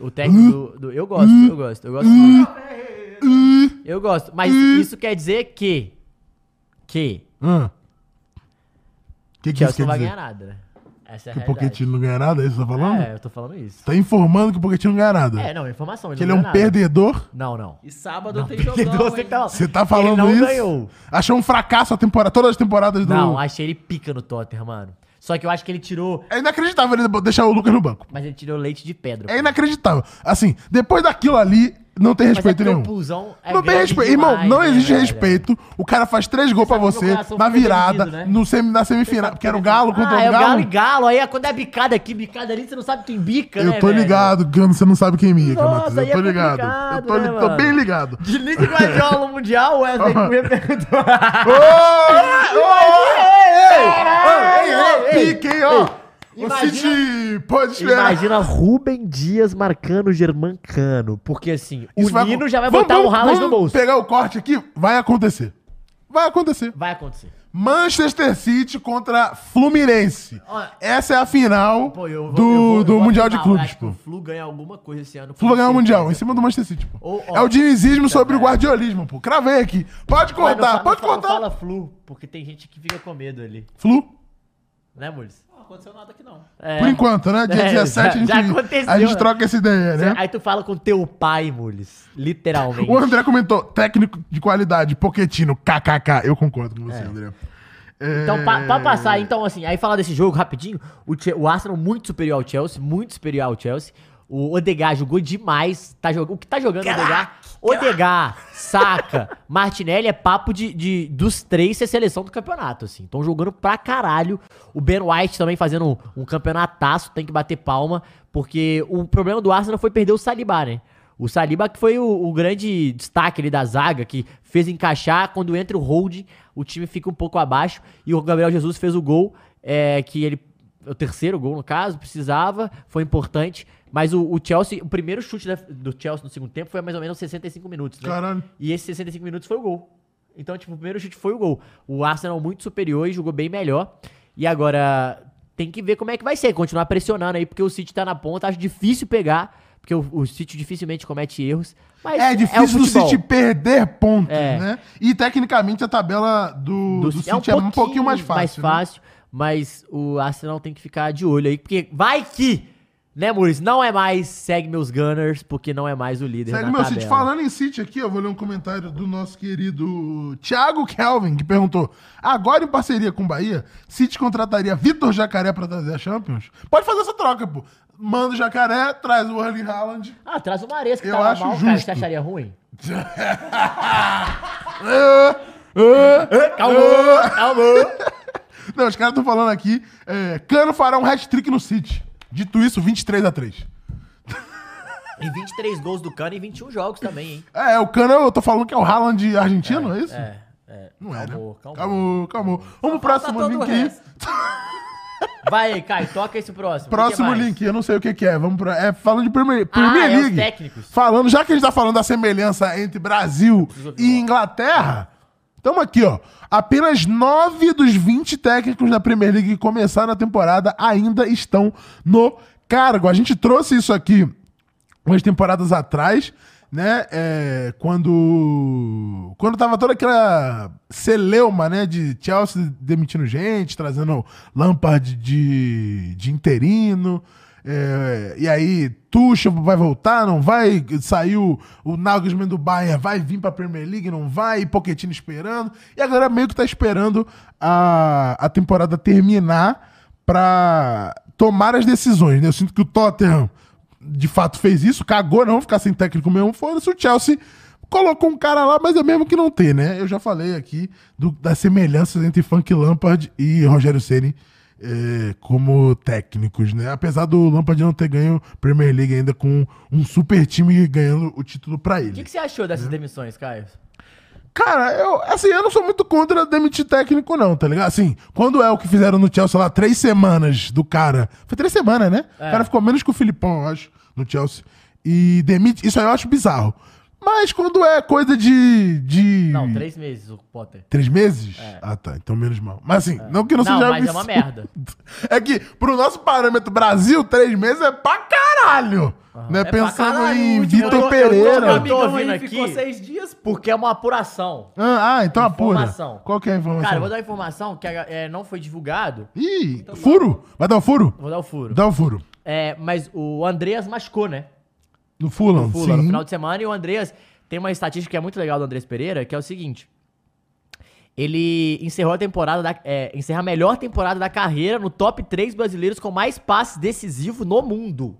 O técnico do, do- Eu gosto, eu gosto, eu gosto muito. Eu gosto. Mas isso quer dizer que. Que. Hã? O que, o que isso Chelsea quer não vai dizer? ganhar nada, né? Essa é a Que o realidade. Pochettino não ganha nada, é isso que você tá falando? É, eu tô falando isso. Tá informando que o Pochettino não ganha nada. É, não, é informação. que ele não é um ganha nada. perdedor. Não, não. E sábado tem [LAUGHS] jogão, Você hein? tá- Você tá falando ele não isso? ganhou. Achou um fracasso a temporada, todas as temporadas do... Não, achei ele pica no Tottenham, mano. Só que eu acho que ele tirou. É inacreditável ele deixar o Lucas no banco. Mas ele tirou leite de pedra. É inacreditável. Assim, depois daquilo ali, não tem Mas é respeito porque o nenhum. Pulzão é não tem grande respeito. demais, Irmão, não né, existe velho? respeito. O cara faz três gols pra sabe que meu você coração na fica virada, dividido, né? no semi, na semifinal. Porque era o Galo contra Ah, é o o galo Galo. e galo. Aí quando é bicada aqui, bicada ali, você não sabe quem bica, né, eu tô velho? ligado, que você não sabe quem me é, Nossa, Matheus. aí Eu é tô ligado. Eu tô, complicado, li- né, tô mano? bem [LAUGHS] ligado. Desliga o Guardiola Mundial, Wesley Cunha perguntou. Ô, É, ô, Ei, ei, ei, ei, ei, pique, hein, ó. O imagina- City pode esperar. Imagina Rubem Dias marcando o Germancano. Porque assim, Isso o vai Nino acon- já vai Vamos- botar o vamos- Haaland no vamos bolso. pegar o corte aqui, vai acontecer. Vai acontecer. Vai acontecer. Manchester City contra Fluminense. Olha. Essa é a final Pô, eu vou- do, eu vou- eu do vou Mundial de adorar Clubes, que pô. O Flu ganha alguma coisa esse ano. Flu vai ganhar o Com Mundial, em certeza. cima do Manchester City, pô. Ô, ó. é o dinizismo sobre o Cara. guardiolismo, pô. Cravei aqui. Pode Mas não cortar, fa- pode não fa- cortar. Não fala Flu, porque tem gente que fica com medo ali. Flu, Né, Mules? Não aconteceu nada aqui, não. É. por enquanto, né? Dia É, 17 já- já a gente, aconteceu, a gente né? troca essa ideia, né? Aí tu fala com teu pai, Mules. [LAUGHS] Literalmente. O André comentou, técnico de qualidade, Poquetino, kkk. Eu concordo com É. você, André. Então, pra, pra passar, então, assim, aí falar desse jogo rapidinho, o, Che- o Arsenal muito superior ao Chelsea, muito superior ao Chelsea. O Odegar jogou demais. Tá jogando, o que tá jogando o Odegar? Odegar, Saca, [LAUGHS] Martinelli é papo de, de- dos três ser seleção do campeonato, assim. Estão jogando pra caralho. O Ben White também fazendo um, um campeonataço, tem que bater palma, porque o problema do Arsenal foi perder o Saliba, né? O Saliba que foi o, o grande destaque ali da zaga, que fez encaixar. Quando entra o hold, o time fica um pouco abaixo. E o Gabriel Jesus fez o gol, é, que ele. O terceiro gol, no caso, precisava, foi importante. Mas o, o Chelsea, o primeiro chute da- do Chelsea no segundo tempo foi mais ou menos 65 minutos, né? Caralho. E esses 65 minutos foi o gol. Então, tipo, o primeiro chute foi o gol. O Arsenal muito superior e jogou bem melhor. E agora, tem que ver como é que vai ser. Continuar pressionando aí, porque o City tá na ponta. Acho difícil pegar, porque o, o City dificilmente comete erros. Mas um É difícil do futebol. City perder pontos, É. né? E tecnicamente a tabela do, do City é um, pouquinho, mais fácil. Mais né? fácil, mas o Arsenal tem que ficar de olho aí, porque vai que, né, Muris? Não é mais segue meus Gunners, porque não é mais o líder Segue na meu tabela. City. Falando em City aqui, eu vou ler um comentário do nosso querido Thiago Kelvin, que perguntou: agora em parceria com o Bahia, City contrataria Vitor Jacaré pra trazer a Champions? Pode fazer essa troca, pô. Manda o Jacaré, traz o Erling Haaland. Ah, traz o Maresca, que Eu tava acho mal, cara. justo. Você [LAUGHS] acharia ruim? Calma, calma. Não, os caras estão falando aqui: é, Cano fará um hat-trick no City. Dito isso, 23 a 3 E 23 gols do Cano em 21 jogos também, hein? É, o Cano, eu tô falando que é o Haaland argentino, é, isso? É, é. Não é, né? Calmou, calmou. Calmou, calmou. Vamos pro próximo todo o Tá link aí. resto. Vai aí, Kai, toca esse próximo. Próximo O que mais? link, eu não sei o que, que é. Vamos pra. É, falando de Premier, Premier Ah, é os League. técnicos. Falando, já que a gente tá falando da semelhança entre Brasil e Inglaterra, estamos aqui, ó. Apenas nove dos 20 técnicos da Premier League que começaram a temporada ainda estão no cargo. A gente trouxe isso aqui umas temporadas atrás, né? É, quando quando tava toda aquela celeuma, né, de Chelsea demitindo gente, trazendo Lampard de, de interino. é, e aí, Tuchel vai voltar, não vai? Saiu o Nagelsmann do Bayern, vai vir pra Premier League, não vai? E Pochettino esperando. E a galera meio que tá esperando a, a temporada terminar pra tomar as decisões, né? Eu sinto que o Tottenham de fato fez isso, cagou, não, ficar sem técnico mesmo, foda-se, o Chelsea colocou um cara lá, mas é mesmo que não tem, né? Eu já falei aqui do- das semelhanças entre Funk Lampard e Rogério Ceni é, como técnicos, né? Apesar do Lampard não ter ganho Premier League ainda com um super time ganhando o título pra ele. O que, que você achou dessas demissões, Caio? Cara, eu, assim, eu não sou muito contra demitir técnico, não, tá ligado? Assim, quando é o que fizeram no Chelsea lá, três semanas do cara. Foi três semanas, né? É. O cara ficou menos que o Filipão, eu acho, no Chelsea. E demite. Isso aí eu acho bizarro. Mas quando é coisa de. de... Não, três meses o Potter. Três meses? Ah, tá. Então menos mal. Mas assim, não que não, Não, seja. mas é absurdo. uma merda. [LAUGHS] É que, pro nosso parâmetro Brasil, três meses é pra caralho. Né? É pra Pensando caralho, em último. Vitor Eu tô- eu tô- Pereira. eu Amigão ouvindo aí ficou aqui. seis dias, pô. Porque é uma apuração. Ah, ah, então apura. Informação. Qual que é a informação? Cara, eu vou dar uma informação que eh, não foi divulgado. Ih, furo? Vai dar o furo? Vou dar o Então, furo. Dá o furo. É, mas o Andreas machucou, né? No Fulham, Fula Então, no sim. final de semana. E o Andreas tem uma estatística que é muito legal do Andreas Pereira, que é o seguinte. Ele encerrou a temporada da, é, encerra a melhor temporada da carreira no top 3 brasileiros com mais passes decisivos no mundo.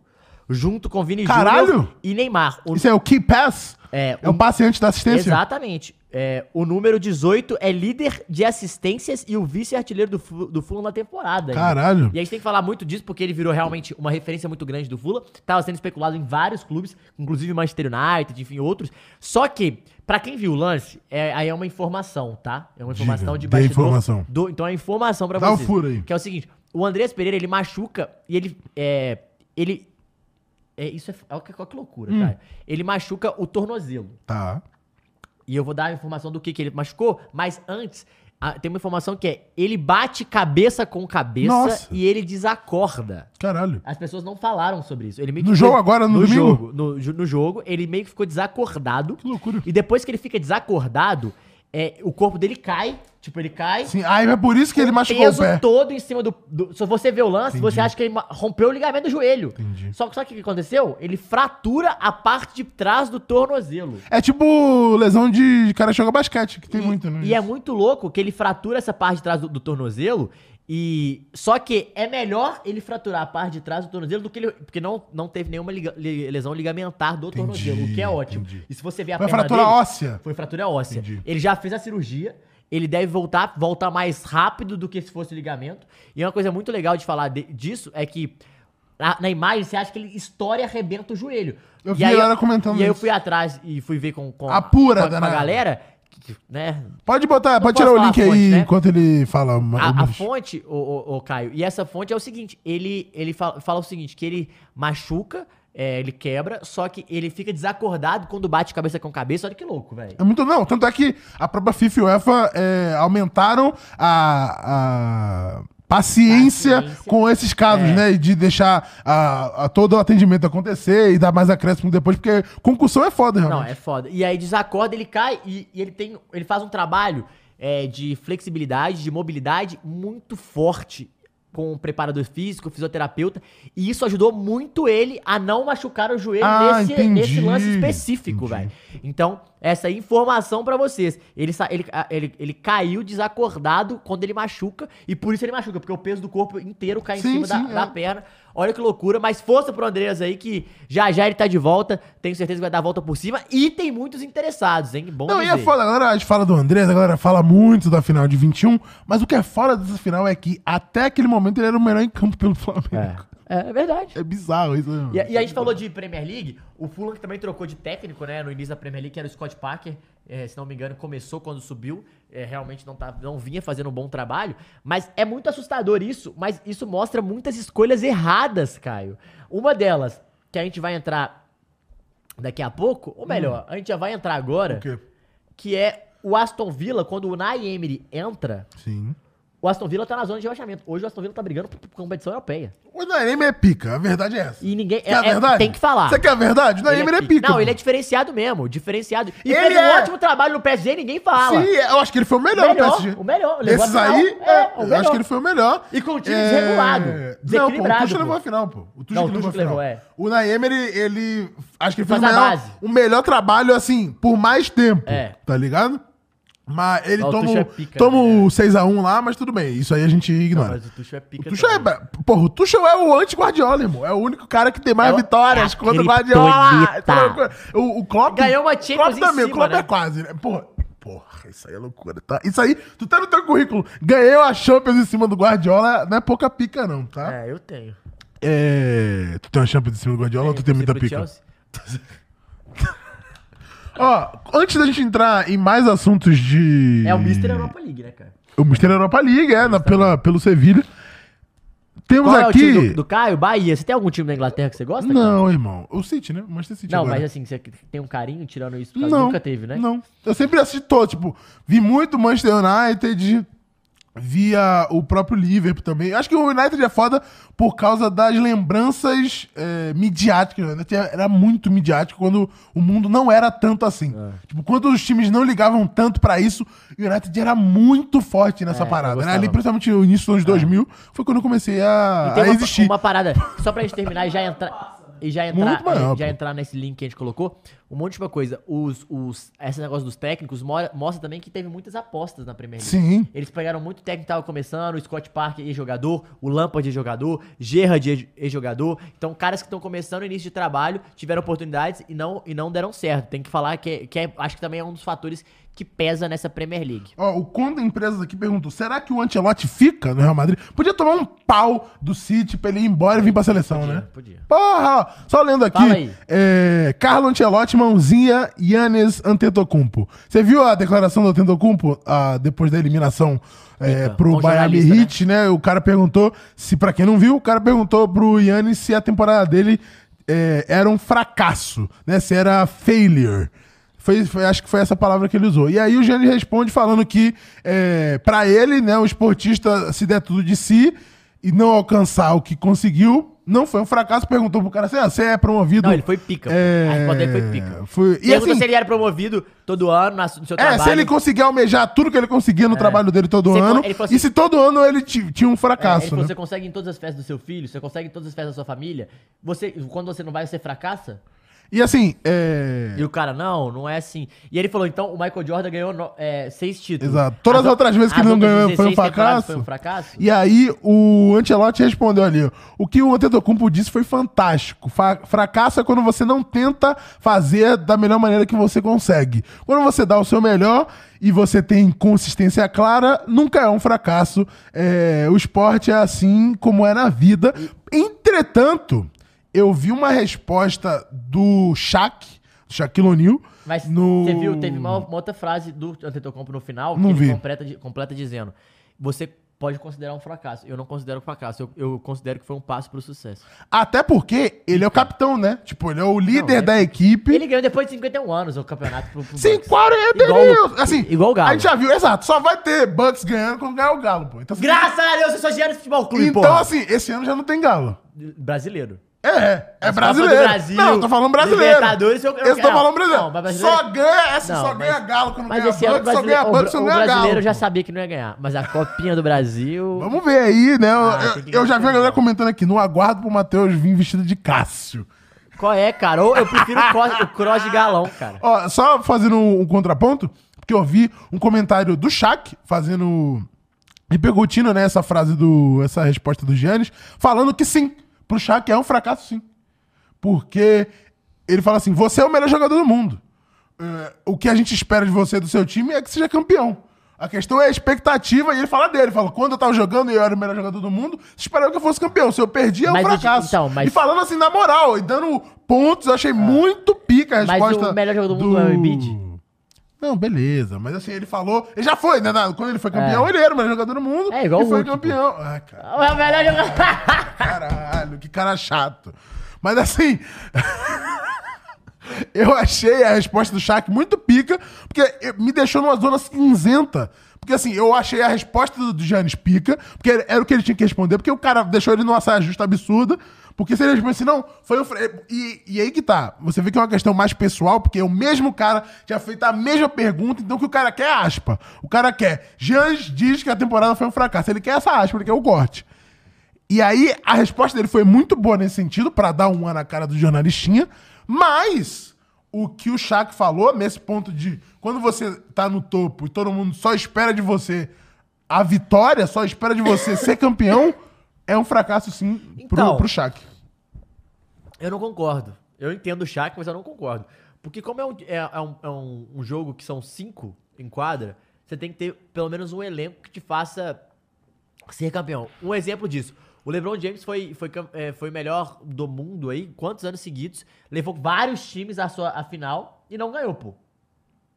Junto com Vini Caralho! Júnior e Neymar. O- Isso é o key pass? É, É o o- passe antes da assistência? Exatamente. É, o número 18 é líder de assistências e o vice-artilheiro do, Fu- do Fulham na temporada. ainda. Caralho. E é a gente tem que falar muito disso porque ele virou realmente uma referência muito grande do Fulham. Tava sendo especulado em vários clubes, inclusive Manchester United, enfim, outros. Só que, pra quem viu o lance, é, aí é uma informação, tá? É uma Diga, informação de dê bastidor. informação. do- então é informação pra Dá o vocês. furo aí. Que é o seguinte, o Andrés Pereira, ele machuca e ele... É, ele... é, isso é... Olha que, olha que Hum. loucura, cara. Ele machuca o tornozelo. Tá. E eu vou dar a informação do que, que ele machucou, mas antes, Ah, tem uma informação que é: ele bate cabeça com cabeça Nossa. e ele desacorda. Caralho. As pessoas não falaram sobre isso. Ele meio No jogo agora, no domingo? Jogo, no, jo- no jogo, ele meio que ficou desacordado. Que loucura. E depois que ele fica desacordado, é, o corpo dele cai. Tipo, ele cai. Sim, aí é por isso que ele machucou o peso pé. todo em cima do, do- Se você vê o lance, você acha que ele ma- rompeu o ligamento do joelho. Entendi. Só que sabe o que aconteceu? Ele fratura a parte de trás do tornozelo. É tipo lesão de cara que joga basquete, que tem E- muito, né? E é muito louco que ele fratura essa parte de trás do, do tornozelo. E só que é melhor ele fraturar a parte de trás do tornozelo do que ele. Porque não, não teve nenhuma liga- li- lesão ligamentar do tornozelo, o que é ótimo. entendi. E se você ver a Foi perna fratura dele, óssea. Foi fratura óssea. Entendi. Ele já fez a cirurgia. Ele deve voltar, voltar mais rápido do que se fosse ligamento. E uma coisa muito legal de falar de- disso é que na, na imagem você acha que ele estoura e arrebenta o joelho. Eu e vi a galera comentando E aí eu isso. fui atrás e fui ver com, com, Apura, com, a- com a danado. galera, que- né? Pode botar, pode posso tirar o falar link a fonte, aí né? enquanto ele fala. A, a algumas- fonte, o, Caio, e essa fonte é o seguinte: ele, ele fala, fala o seguinte, que ele machuca, é, ele quebra, só que ele fica desacordado quando bate cabeça com cabeça. Olha que louco, velho. É muito não, tanto é que a própria FIFA e UEFA é, aumentaram a, a paciência, Paciência. É. com esses casos, né? E de deixar a, a todo o atendimento acontecer e dar mais acréscimo depois, porque concussão é foda, Não, realmente. é foda. E aí desacorda, ele cai e, e ele tem. Ele faz um trabalho é, de flexibilidade, de mobilidade muito forte com o preparador físico, fisioterapeuta. E isso ajudou muito ele a não machucar o joelho Ah, nesse, entendi. nesse lance específico, Entendi. velho. Então, essa é informação pra vocês. Ele, sa- ele, a- ele, ele caiu desacordado quando ele machuca, e por isso ele machuca, porque o peso do corpo inteiro cai Sim, em cima sim, da, é. da perna. Olha que loucura, mas força pro Andreas aí, que já já ele tá de volta. Tenho certeza que vai dar a volta por cima. E tem muitos interessados, hein? Bom Não, e dizer. é foda, a galera a gente fala do Andrés, a galera fala muito da final de 21, mas o que é foda dessa final é que até aquele momento ele era o melhor em campo pelo Flamengo. É, É, é verdade. bizarro isso. né? E, a- e a gente falou de Premier League, o Fulham que também trocou de técnico, né, no início da Premier League, que era o Scott Parker, eh, se não me engano, começou quando subiu, eh, realmente não, tá, não vinha fazendo um bom trabalho, mas é muito assustador isso, mas isso mostra muitas escolhas erradas, Caio. Uma delas, que a gente vai entrar daqui a pouco, ou melhor, a gente já vai entrar agora, Porque, que é o Aston Villa, quando o Unai Emery entra, sim. o Aston Villa tá na zona de rebaixamento. Hoje o Aston Villa tá brigando por, por competição europeia. O Naime é pica, a verdade é essa. E ninguém... Quer a é- é- verdade? tem que falar. Você quer a verdade? O Naime é, pica. pica. Não, pô. ele é diferenciado mesmo, diferenciado. E Ele fez um é. ótimo trabalho no PSG, ninguém fala. Sim, eu acho que ele foi o melhor, Melhor, no PSG. o melhor, levou a Esses final. aí, É, é, o eu melhor. acho que ele foi o melhor. É, E com o time desregulado, Não, pô, o desequilibrado, Tuchel pô. levou a final, pô. O Tuchel Não, o que levou a Tuchel final. levou, é. O Naemer, ele, ele- Acho que ele fez o Faz a melhor, base. o melhor trabalho, assim, por mais tempo. É. Tá ligado? Mas ele Não, o toma, Tuchel o- é pica, toma né? o 6x1 lá, mas tudo bem. Isso aí a gente ignora. Mas o Tuchel é O pica Tuchel é, também. porra, o Tuchel é o anti-Guardiola, irmão. É o único cara que tem mais É o- vitórias é a contra o Guardiola. Tá criptonita. O, o Klopp... Ganhou uma Champions Klopp em também, cima, o Klopp né? é quase, né? Porra, porra, isso aí é loucura, tá? Isso aí, tu tá no teu currículo. Ganhei a Champions em cima do Guardiola, não é pouca pica não, tá? É, eu tenho. É, tu tem uma Champions em cima do Guardiola ou tu tem muita É, Pro tá pica? Chelsea. Ó, antes da gente entrar em mais assuntos de... É o Mr. Europa League, né, cara? O Mister Europa League, é, na, pela, pelo Sevilha. Temos Qual é o aqui... time do, do Caio? Bahia. Você tem algum time da Inglaterra que você gosta? cara? Não, irmão. O City, né? O Manchester City Não, agora. mas assim, você tem um carinho tirando isso? porque Não. Nunca teve, né? Não. Eu sempre assisti todo, tipo, vi muito Manchester United, via o próprio Liverpool também. Eu Acho que o United é foda por causa das lembranças eh, midiáticas. O United era muito midiático quando o mundo não era tanto assim. É. Tipo, quando os times não ligavam tanto pra isso, o United era muito forte nessa É, eu parada. Né? gostava. É. Ali, principalmente no início dos anos 2000, foi quando eu comecei a, E tem a uma, existir. uma parada, só pra gente terminar e já entrar. E já entrar, Muito maior, é, já pô. entrar nesse link que a gente colocou, um monte de coisa. Os, os, esse negócio dos técnicos mo- mostra também que teve muitas apostas na Premier League. Sim. Eles pegaram muito técnico que tava começando, o Scott Parker ex-jogador, o Lampard ex-jogador, Gerrard ex- ex-jogador. Então, caras que estão começando o início de trabalho, tiveram oportunidades e não, e não deram certo. Tem que falar que, é- que é- acho que também é um dos fatores que pesa nessa Premier League. Ó, o Conta Empresas aqui perguntou: será que o Ancelotti fica no Real Madrid? Podia tomar um pau do City pra ele ir embora e vir pra seleção, né? Podia. Porra! ó, Só lendo Fala aqui, aí. é, Carlo Ancelotti, mãozinha, Yannis Antetokounmpo. Você viu a declaração do Antetokounpo ah, depois da eliminação é, Eita, pro bom Miami jornalista, Heat, né? O cara perguntou, se pra quem não viu, o cara perguntou pro Yannis eh, se a temporada dele é, era um fracasso, né? Se era failure. Foi, foi- acho que foi essa palavra que ele usou. E aí o Gianni responde falando que, é, para ele, né, o esportista, se der tudo de si e não alcançar o que conseguiu, não foi um fracasso. Perguntou pro cara assim: ah, você é promovido. Não, ele foi pica. pô. É, A resposta dele foi pica. foi- E Pergunta assim, se ele era promovido todo ano na- no seu é, trabalho. se ele conseguir almejar tudo que ele conseguia no trabalho dele todo Se ele co- ano, ele falou assim- e se todo ano ele ti- tinha um É, ele fracasso, falou, né? Você consegue em todas as festas do seu filho, você consegue em todas as festas da sua família. Você, quando você não vai, você fracassa? E assim, é... E o cara, não, não é assim. E ele falou, então, o Michael Jordan ganhou no- é, seis títulos. Exato. Todas as outras vezes que as ele não outras ganhou foi um 16 temporadas Foi um fracasso? fracasso? E aí o Ancelotti respondeu ali, ó, o que o Antetokounmpo disse foi fantástico. Fa- fracasso é quando você não tenta fazer da melhor maneira que você consegue. Quando você dá o seu melhor e você tem consistência clara, nunca é um fracasso. É, o esporte é assim como é na vida. Entretanto, eu vi uma resposta do Shaq, Shaquille O'Neal, Mas no... você viu, teve uma, uma outra frase do Antetokounmpo no final, Não que vi. ele completa, di- completa dizendo, você pode considerar um fracasso. Eu não considero um fracasso, eu, eu considero que foi um passo pro sucesso. Até porque ele é o capitão, né? Tipo, ele é o líder é- da equipe. Ele ganhou depois de 51 anos o campeonato pro, pro Sim, Bucks. claro, eu teria. Igual Igual, o- assim, igual o Galo. A gente já viu, exato. Só vai ter Bucks ganhando quando ganhar o Galo, pô. Então, assim, Graças a Deus, eu sou gerente de futebol clube, então porra. assim, esse ano já não tem Galo. Brasileiro. É, é, é Mas brasileiro. Copa do Brasil, não, eu tô falando brasileiro. Libertadores, eu- eu- Esse eu tô não, falando brasileiro. não, mas brasileiro- Só ganha, essa, Não, só mas- ganha Galo quando Mas ganha esse ano o Bucks, só ganha brasileiro, o, Bucks, bra- só o ganha Galo. brasileiro pô. já sabia que não ia ganhar. Mas a Copinha do Brasil... [LAUGHS] Vamos ver aí, né? Eu- Ah, tem eu, que eu já vi a ganhar. galera comentando aqui, no aguardo pro Matheus vir vestido de Cássio. Qual é, cara? Ou eu prefiro o cross, o cross de galão, cara. Ó, só fazendo um, um contraponto, porque eu vi um comentário do Shaq fazendo. repercutindo, né, essa frase do. essa resposta do Giannis, falando que sim, pro Shaq é um fracasso, sim. Porque ele fala assim: você é o melhor jogador do mundo. É, o que a gente espera de você e do seu time é que seja campeão. A questão é a expectativa, e ele fala dele, fala, quando eu tava jogando e eu era o melhor jogador do mundo, se esperava que eu fosse campeão. Se eu perdi, é um Mas eu digo- fracasso. então, mas- Ah. E falando assim, na moral, e dando pontos, eu achei muito pica a Mas resposta. o melhor jogador do mundo é o Embiid? Não, beleza. Mas assim, ele falou. Ele já foi, né? na- Quando ele foi campeão, ele era o melhor jogador do mundo. É, igual E o foi Hulk, campeão. Ah, cara, É o melhor jogador. caralho, que cara chato. Mas assim. [LAUGHS] eu achei a resposta do Shaq muito pica, porque eu- me deixou numa zona cinzenta. Porque assim, eu achei a resposta do do Giannis pica, porque era o que ele tinha que responder, porque o cara deixou ele numa saia justa absurda. Porque se ele respondesse, assim, não, foi o. Fre- E, e aí que tá. Você vê que é uma questão mais pessoal, porque o mesmo cara tinha feito a mesma pergunta, então o que o cara quer é aspa. O cara quer. Giannis diz que a temporada foi um fracasso. Ele quer essa aspa, ele quer o corte. E aí a resposta dele foi muito boa nesse sentido, pra dar um ar na cara do jornalistinha, mas o que o Shaq falou nesse ponto de quando você tá no topo e todo mundo só espera de você a vitória, só espera de você ser campeão, é um fracasso sim pro, Então. pro Shaq. Eu não concordo. Eu entendo o Shaq, mas eu não concordo. Porque como é um, é, é um, é um- um jogo que são cinco em quadra, você tem que ter pelo menos um elenco que te faça ser campeão. Um exemplo disso. O LeBron James foi foi cam- eh, foi o melhor do mundo aí, quantos anos seguidos, levou vários times à sua à final e não ganhou, pô.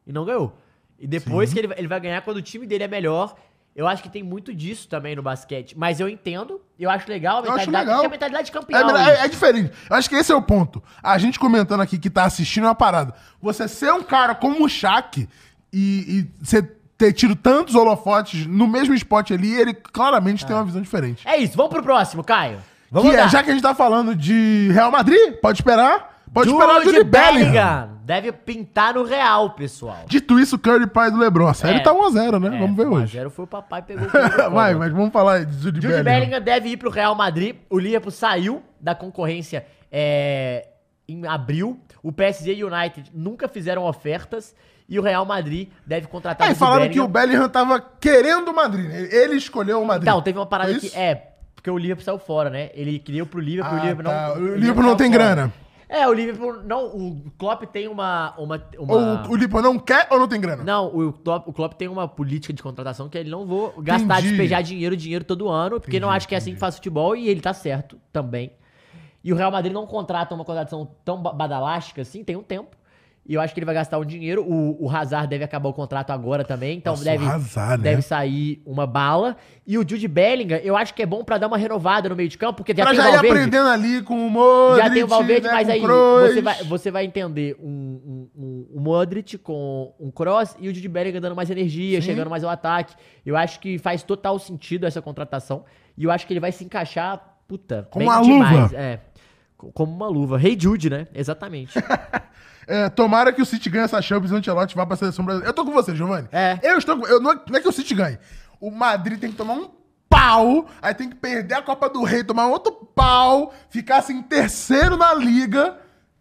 E não ganhou. E depois que ele, vai- ele vai ganhar quando o time dele é melhor. Eu acho que tem muito disso também no basquete. Mas eu entendo, eu acho legal a Eu acho mentalidade, legal. que é a mentalidade de É, campeão. mas isso. é- é diferente. Eu acho que esse é o ponto. A gente comentando aqui que tá assistindo é uma parada. Você ser um cara como o Shaq e, e você ter tido tantos holofotes no mesmo spot ali, ele claramente tem uma visão diferente. É isso, vamos pro próximo, Caio. Vamos que é, lá. já que a gente tá falando de Real Madrid, pode esperar. Pode esperar o Jude Bellingham. tá Deve pintar no Real, pessoal. Dito isso, Curry pai do LeBron. A série É. tá 1x0, né? É, vamos ver um a hoje. zero foi o papai que [LAUGHS] pegou. o Vai, protocolo. mas vamos falar de Jude, Jude Bellingham. Bellingham deve ir pro Real Madrid. O Liverpool saiu da concorrência é, em abril. O PSG e o United nunca fizeram ofertas. E o Real Madrid deve contratar Aí tá Jude É, falaram que Bellingham. o Bellingham tava querendo o Madrid. né? Ele escolheu o Madrid. Então, teve uma parada Foi que isso? é. Porque o Liverpool saiu fora, né? Ele queria pro Liverpool, Ah, o Liverpool tá. não. O Liverpool não saiu tem fora. grana. É, o Liverpool não. O Klopp tem uma. uma, uma... Ou o- o Lipo não quer ou não tem grana? Não, o Klopp, o Klopp tem uma política de contratação que ele não vou gastar, Entendi. despejar dinheiro, dinheiro todo ano, porque não acho que é assim que faz futebol e ele tá certo também. E o Real Madrid não contrata uma contratação tão ba- badalástica assim, tem um tempo. E eu acho que ele vai gastar um dinheiro. O, o Hazard deve acabar o contrato agora também. Então Nossa, deve, o Hazard, né? deve sair uma bala. E o Jude Bellingham, eu acho que é bom pra dar uma renovada no meio de campo, porque já pra tem Tá o já ir Valverde. aprendendo ali com o Modric, Já tem o Valverde, né, mas com o aí Kroos. você vai, você vai entender um, um, um, um Modric com um cross e o Jude Bellingham dando mais energia, chegando mais ao ataque. Eu acho que faz total sentido essa contratação. E eu acho que ele vai se encaixar, puta, Como uma luva. É, co- como uma luva. Rei Jude, né? [LAUGHS] Exatamente. É, tomara que o City ganhe essa Champions e o Ancelotti vá pra seleção brasileira. Eu tô com você, Giovanni. É. Eu estou com... eu não, não é que o City ganhe. O Madrid tem que tomar um pau, aí tem que perder a Copa do Rei, tomar outro pau, ficar assim, em terceiro na Liga.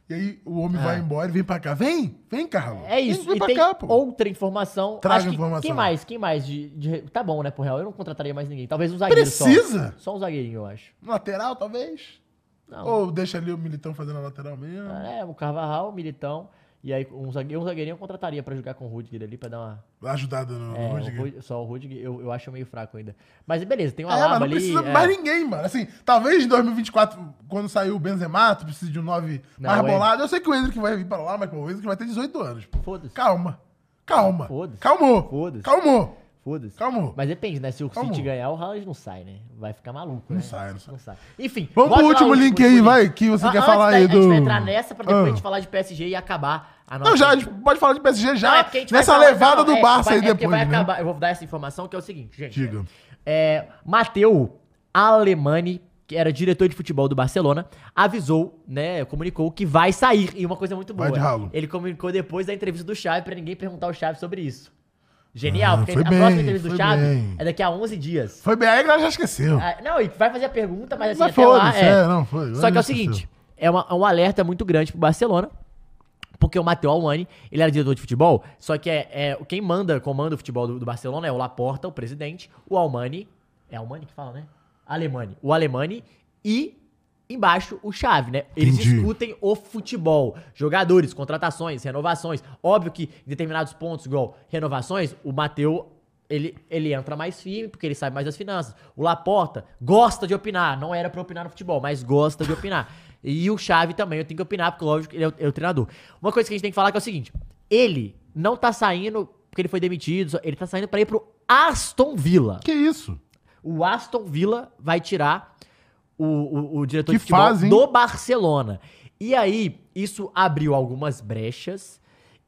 E aí o homem vai embora e vem pra cá. Vem, vem, Carlos. É isso. Vem, vem E pra tem cá, pô. outra informação. Traga que, informação. Quem mais? Quem mais? De, de- tá bom, né, por real? Eu não contrataria mais ninguém. Talvez um zagueiro só. Precisa? Só um zagueirinho, eu acho. No Lateral, talvez? Não. Ou deixa ali o Militão fazendo a lateral mesmo? É, o Carvajal, o Militão. E aí, um zagueirinho, um zagueirinho eu contrataria pra jogar com o Rudiger ali, pra dar uma. Ajudada no É, o Rudiger. Rud- só o Rudiger eu, eu acho meio fraco ainda. Mas beleza, tem o É, mas Alaba não ali. precisa é. mais ninguém, mano. Assim, talvez em 2024, quando sair o Benzema, tu precisa de um 9 Não, mais o Hendrick. bolado. Eu sei que o Hendrick vai vir pra lá, mas pô, o Hendrick vai ter 18 anos. pô. Foda-se. Calma. Calma. Foda-se. Calmou. Foda-se. Calmou. Foda-se. Calma. Mas depende, né? Se o Calma. City ganhar, o Haaland não sai, né? Vai ficar maluco, né? sai, não sai. Enfim. Vamos bota pro lá último o- link o- aí, o- vai, que você Ah, quer antes falar da- aí antes do- de entrar nessa, pra depois Ah. a gente falar de PSG e acabar a nossa... Não, já, a gente pode falar de PSG já. Não, é porque a gente vai nessa falar- levada não, do é, Barça vai- aí é porque depois. vai né? acabar- Eu vou dar essa informação que é o seguinte, gente. Diga. É, Mateu Alemani, que era diretor de futebol do Barcelona, avisou, né, comunicou que vai sair. E uma coisa muito boa. Vai de ralo. Ele comunicou depois da entrevista do Xavi pra ninguém perguntar ao Xavi sobre isso. Genial, Ah, porque foi a bem, próxima entrevista do foi Xavi bem. é daqui a 11 dias. Foi bem aí que ela já esqueceu. Ah, não, e vai fazer a pergunta, mas assim, Mas até lá... foda-se, É. é, não, foi. Só que é o Esqueceu. seguinte, é, uma- é um alerta muito grande pro Barcelona, porque o Mateo Almani, ele era diretor de futebol, só que é, é- quem manda, comanda o futebol do, do Barcelona é o Laporta, o presidente, o Almani, é Almani que fala, né? Alemani. O Alemani e embaixo o Chave, né? Eles Entendi. discutem o futebol, jogadores, contratações, renovações. Óbvio que em determinados pontos, igual renovações, o Mateu ele, ele entra mais firme porque ele sabe mais das finanças. O Laporta gosta de opinar, não era pra opinar no futebol, mas gosta de opinar. E o Chave também, eu tenho que opinar, porque lógico, ele é o, é o treinador. Uma coisa que a gente tem que falar que é o seguinte, ele não tá saindo porque ele foi demitido, só- ele tá saindo pra ir pro Aston Villa. Que isso? Então O Aston Villa vai tirar o, o- o diretor Que de futebol fase, hein? do Barcelona. E aí, isso abriu algumas brechas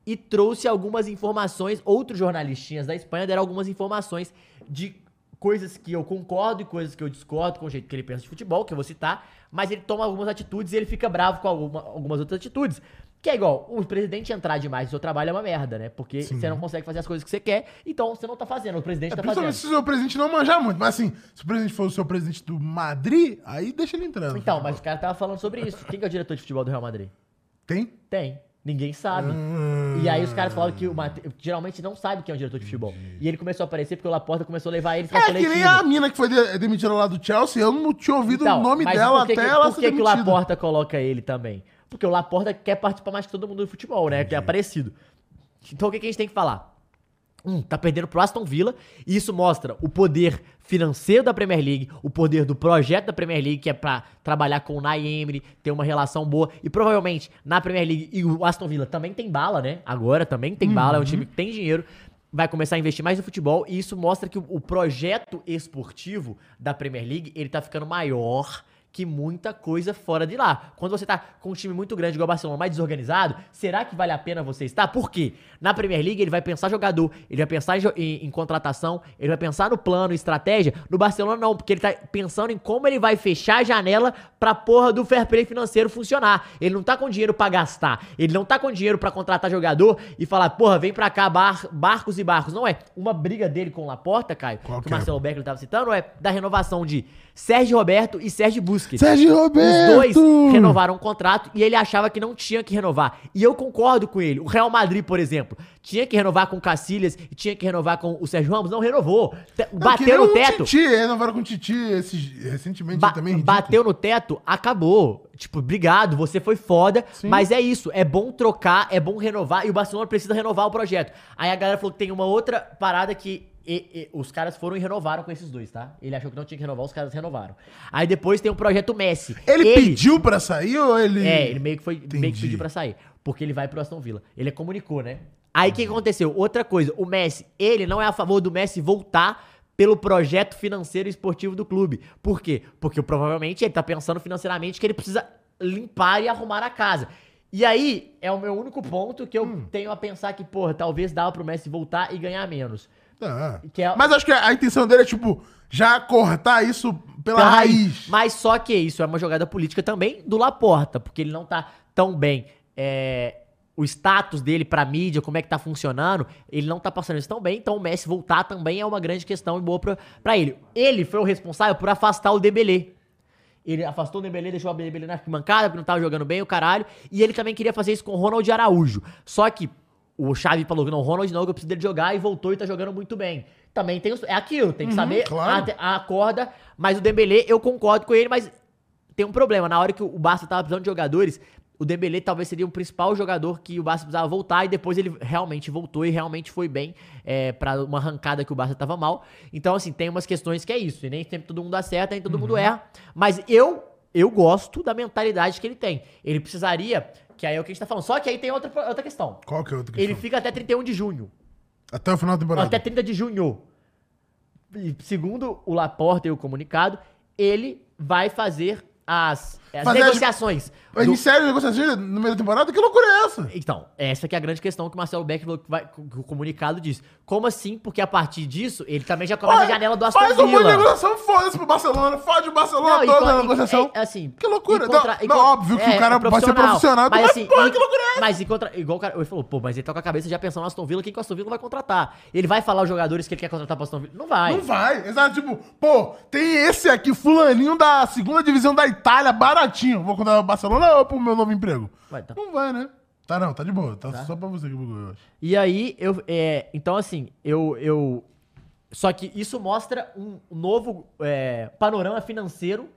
e trouxe algumas informações. Outros jornalistinhas da Espanha deram algumas informações de coisas que eu concordo e coisas que eu discordo com o jeito que ele pensa de futebol, que eu vou citar. Mas ele toma algumas atitudes e ele fica bravo com alguma- algumas outras atitudes. Que é igual, o presidente entrar demais no seu trabalho é uma merda, né? Porque você não consegue fazer as coisas que você quer, então você não tá fazendo, o presidente tá fazendo. É, Principalmente se o seu presidente não manjar muito. Mas assim, se o presidente for o seu presidente do Madrid, aí deixa ele entrando. Então, mas o cara tava falando sobre isso. Quem que é o diretor de futebol do Real Madrid? Tem? Tem. Ninguém sabe. E aí os caras falaram que o Mate... geralmente não sabe quem é o diretor de futebol. E ele começou a aparecer porque o Laporta começou a levar ele pra É que coletiva. nem a mina que foi de- demitida lá do Chelsea, eu não tinha ouvido Então, o nome mas dela por que até que- ela Por ser que, que o demitida. Laporta coloca ele também? Porque o Laporta quer participar mais que todo mundo do futebol, né? Que é parecido. Então o que, que a gente tem que falar? Hum, tá perdendo pro Aston Villa, e isso mostra o poder financeiro da Premier League, o poder do projeto da Premier League, que é pra trabalhar com o Unai Emery, ter uma relação boa, e provavelmente na Premier League, e o Aston Villa também tem bala, né? Agora também tem bala, é um time que tem dinheiro, vai começar a investir mais no futebol, e isso mostra que o, o projeto esportivo da Premier League, ele tá ficando maior que muita coisa fora de lá. Quando você tá com um time muito grande igual o Barcelona, mais desorganizado, será que vale a pena você estar? Por quê? Na Premier League ele vai pensar jogador, ele vai pensar em, jo- em- em contratação, ele vai pensar no plano, estratégia. No Barcelona não, porque ele tá pensando em como ele vai fechar a janela pra porra do fair play financeiro funcionar. Ele não tá com dinheiro pra gastar, ele não tá com dinheiro pra contratar jogador e falar, porra, vem pra cá, bar- barcos e barcos. Não é. Uma briga dele com o Laporta, Caio, Qual que que o é? Marcelo Becker tava citando, é da renovação de Sérgio Roberto e Sérgio Busquets. Sérgio Roberto! Os dois renovaram o contrato e ele achava que não tinha que renovar. E eu concordo com ele. O Real Madrid, por exemplo, tinha que renovar com o Cacilhas e tinha que renovar com o Sérgio Ramos. Não renovou. Te- Não, que nem Bateu no o teto. Titi, renovaram com o Titi esses, recentemente Ba- também. ridículo. bateu no teto, acabou. Tipo, obrigado, você foi foda. Mas é isso, é bom trocar, é bom renovar. E o Barcelona precisa renovar o projeto. Aí a galera falou que tem uma outra parada que e- e- os caras foram e renovaram com esses dois, tá? Ele achou que não tinha que renovar, os caras renovaram. Aí depois tem o projeto Messi. Ele, pediu pra sair ou ele... É, ele meio que foi meio que Entendi. pediu pra sair. porque ele vai pro Aston Villa. Ele comunicou, né? Aí o que aconteceu? Outra coisa, o Messi, ele não é a favor do Messi voltar pelo projeto financeiro e esportivo do clube. Por quê? Porque provavelmente ele tá pensando financeiramente que ele precisa limpar e arrumar a casa. E aí é o meu único ponto que eu tenho a pensar que, porra, talvez dava pro Messi voltar e ganhar menos. Tá. Que é- Mas acho que a, a intenção dele é, tipo, já cortar isso pela Tá, raiz. Mas só que isso é uma jogada política também do Laporta, porque ele não tá tão bem. é, o status dele pra mídia, como é que tá funcionando, ele não tá passando isso tão bem, então o Messi voltar também é uma grande questão e boa pra, pra ele. Ele foi o responsável por afastar o Dembélé. Ele afastou o Dembélé, deixou o Dembélé na arquibancada, porque não tava jogando bem, o caralho. E ele também queria fazer isso com o Ronald Araújo. Só que o Xavi falou que não, Ronald não, que eu preciso dele jogar, e voltou e tá jogando muito bem. Também tem os- é aquilo, tem que saber claro. até- a, corda. Mas o Dembélé, eu concordo com ele, mas tem um problema. Na hora que o Barça tava precisando de jogadores, o Dembélé talvez seria o principal jogador que o Barça precisava voltar, e depois ele realmente voltou e realmente foi bem é, para uma arrancada que o Barça tava mal. Então, assim, tem umas questões que é isso, e nem sempre todo mundo acerta, nem todo mundo erra. Mas eu, eu gosto da mentalidade que ele tem. Ele precisaria, que aí é o que a gente tá falando. Só que aí tem outra, outra questão. Qual que é a outra Ele questão? fica até 31 de junho. Até o final da temporada. Até 30 de junho. E, Segundo o Laporta e o comunicado, ele vai fazer as, as Fazer as- negociações. Mas do- Iniciaram as negociações assim, no meio da temporada? Que loucura é essa? Então, essa que é a grande questão que o Marcelo Beck falou que, vai- que o comunicado diz. Como assim? Porque a partir disso, ele também já começa a janela do Aston Faz um uma Villa. negociação, foda-se pro Barcelona, fode o Barcelona Não, e toda con- na e- negociação. é, assim, Que loucura. e contra- Não, e não, con- óbvio que o cara vai ser profissional, Mas, mas, assim, porra, e- que loucura é essa? Mas e contra- igual o cara, ele falou, pô, mas ele tá com a cabeça já pensando no Aston Villa, quem que o Aston Villa vai contratar? Ele vai falar os jogadores que ele quer contratar pro Aston Villa? Não vai. Não vai, exato. Tipo, pô, tem esse aqui, fulaninho da segunda divisão da Itália, baratinho. Vou contar o Barcelona ou pro meu novo emprego? Vai, tá. Não vai, né? Tá não, tá de boa. Tá, só pra você que bugou, eu acho. E aí, eu. é, então, assim, eu, eu. Só que isso mostra um novo é, panorama financeiro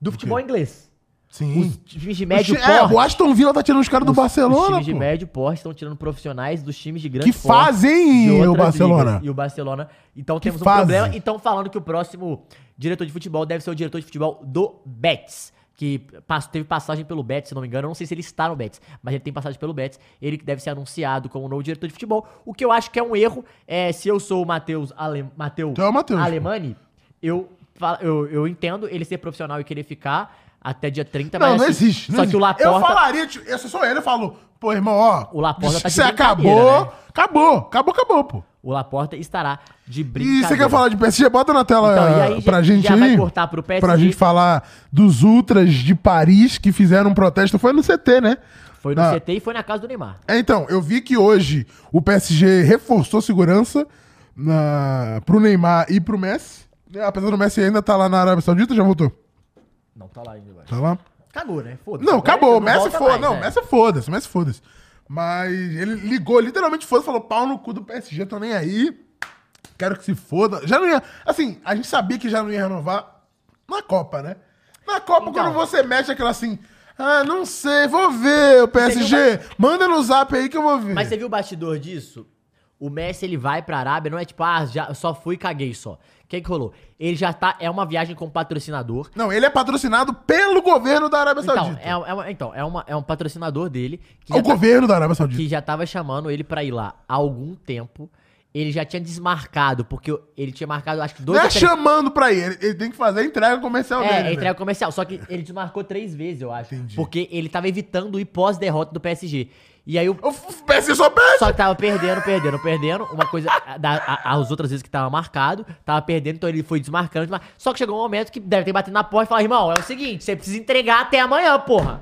do futebol inglês. Os Sim. times de médio Os ti- é, porte. o Aston Villa tá tirando os caras do os Barcelona, times de pô. médio porte estão tirando profissionais dos times de grande Que porte de fazem outras o Barcelona. ligas. E o Barcelona. Então temos um fase. problema. Então falando que o próximo diretor de futebol deve ser o diretor de futebol do Betis. Que pas- teve passagem pelo Betis, se não me engano. Eu não sei se ele está no Betis, mas ele tem passagem pelo Betis. Ele que deve ser anunciado como novo diretor de futebol. O que eu acho que é um erro. É, se eu sou o Matheus Ale... Mateu... Tu é o Matheus, pô. Alemani, eu, fa- eu, eu entendo ele ser profissional e querer ficar até dia 30, Não, mas não assim, existe. não Só que existe. o Laporta... Eu falaria, tipo, eu sou só ele, eu falo, pô, irmão, ó. O Laporta tá de Você brincadeira, acabou, né? acabou, acabou, acabou, pô. O Laporta estará de E brincadeira. você quer falar de PSG? Bota na tela Então, e aí Ah, pra já- gente já aí. vai cortar pro PSG. Pra gente falar dos ultras de Paris que fizeram um protesto. Foi no CT, né? Foi no Ah. CT e foi na casa do Neymar. É, então, eu vi que hoje o PSG reforçou segurança na... pro Neymar e pro Messi. É, Apesar do Messi ainda tá lá na Arábia Saudita, já voltou. Não, tá lá ainda. vai. Tá lá? Cagou, né? Foda-se. Não, Agora acabou. O ele não Messi volta foda. mais, Não, né? Messi foda-se, Messi foda-se. Mas ele ligou, literalmente foda, falou pau no cu do PSG, tô nem aí. Quero que se foda. Já não ia. Assim, a gente sabia que já não ia renovar na Copa, né? Na Copa, Então. quando você mexe aquela assim. Ah, não sei, vou ver o PSG. Manda no zap aí que eu vou ver. Mas você viu o bastidor disso? O Messi, ele vai pra Arábia, não é tipo, ah, já, só fui e caguei só. O que que rolou? Ele já tá, é uma viagem com patrocinador. Não, ele é patrocinado pelo governo da Arábia Então, Saudita. é, é uma- então, é, uma, é um patrocinador dele. Que tá É o já tá- governo da Arábia Saudita. que já tava chamando ele pra ir lá há algum tempo. Ele já tinha desmarcado, porque ele tinha marcado, acho que dois Não é ou três- chamando pra ir, ele, ele tem que fazer a entrega comercial É, dele. entrega né? comercial. Só que ele desmarcou três vezes, eu acho. Entendi. Porque ele tava evitando ir pós-derrota do PSG. E aí o. O f- PSG só perde. Só que tava perdendo, perdendo, perdendo. Uma coisa da, a- as outras vezes que tava marcado, tava perdendo, então ele foi desmarcando. desmar- Só que chegou um momento que deve ter batido na porta e falar, irmão, é o seguinte, você precisa entregar até amanhã, porra.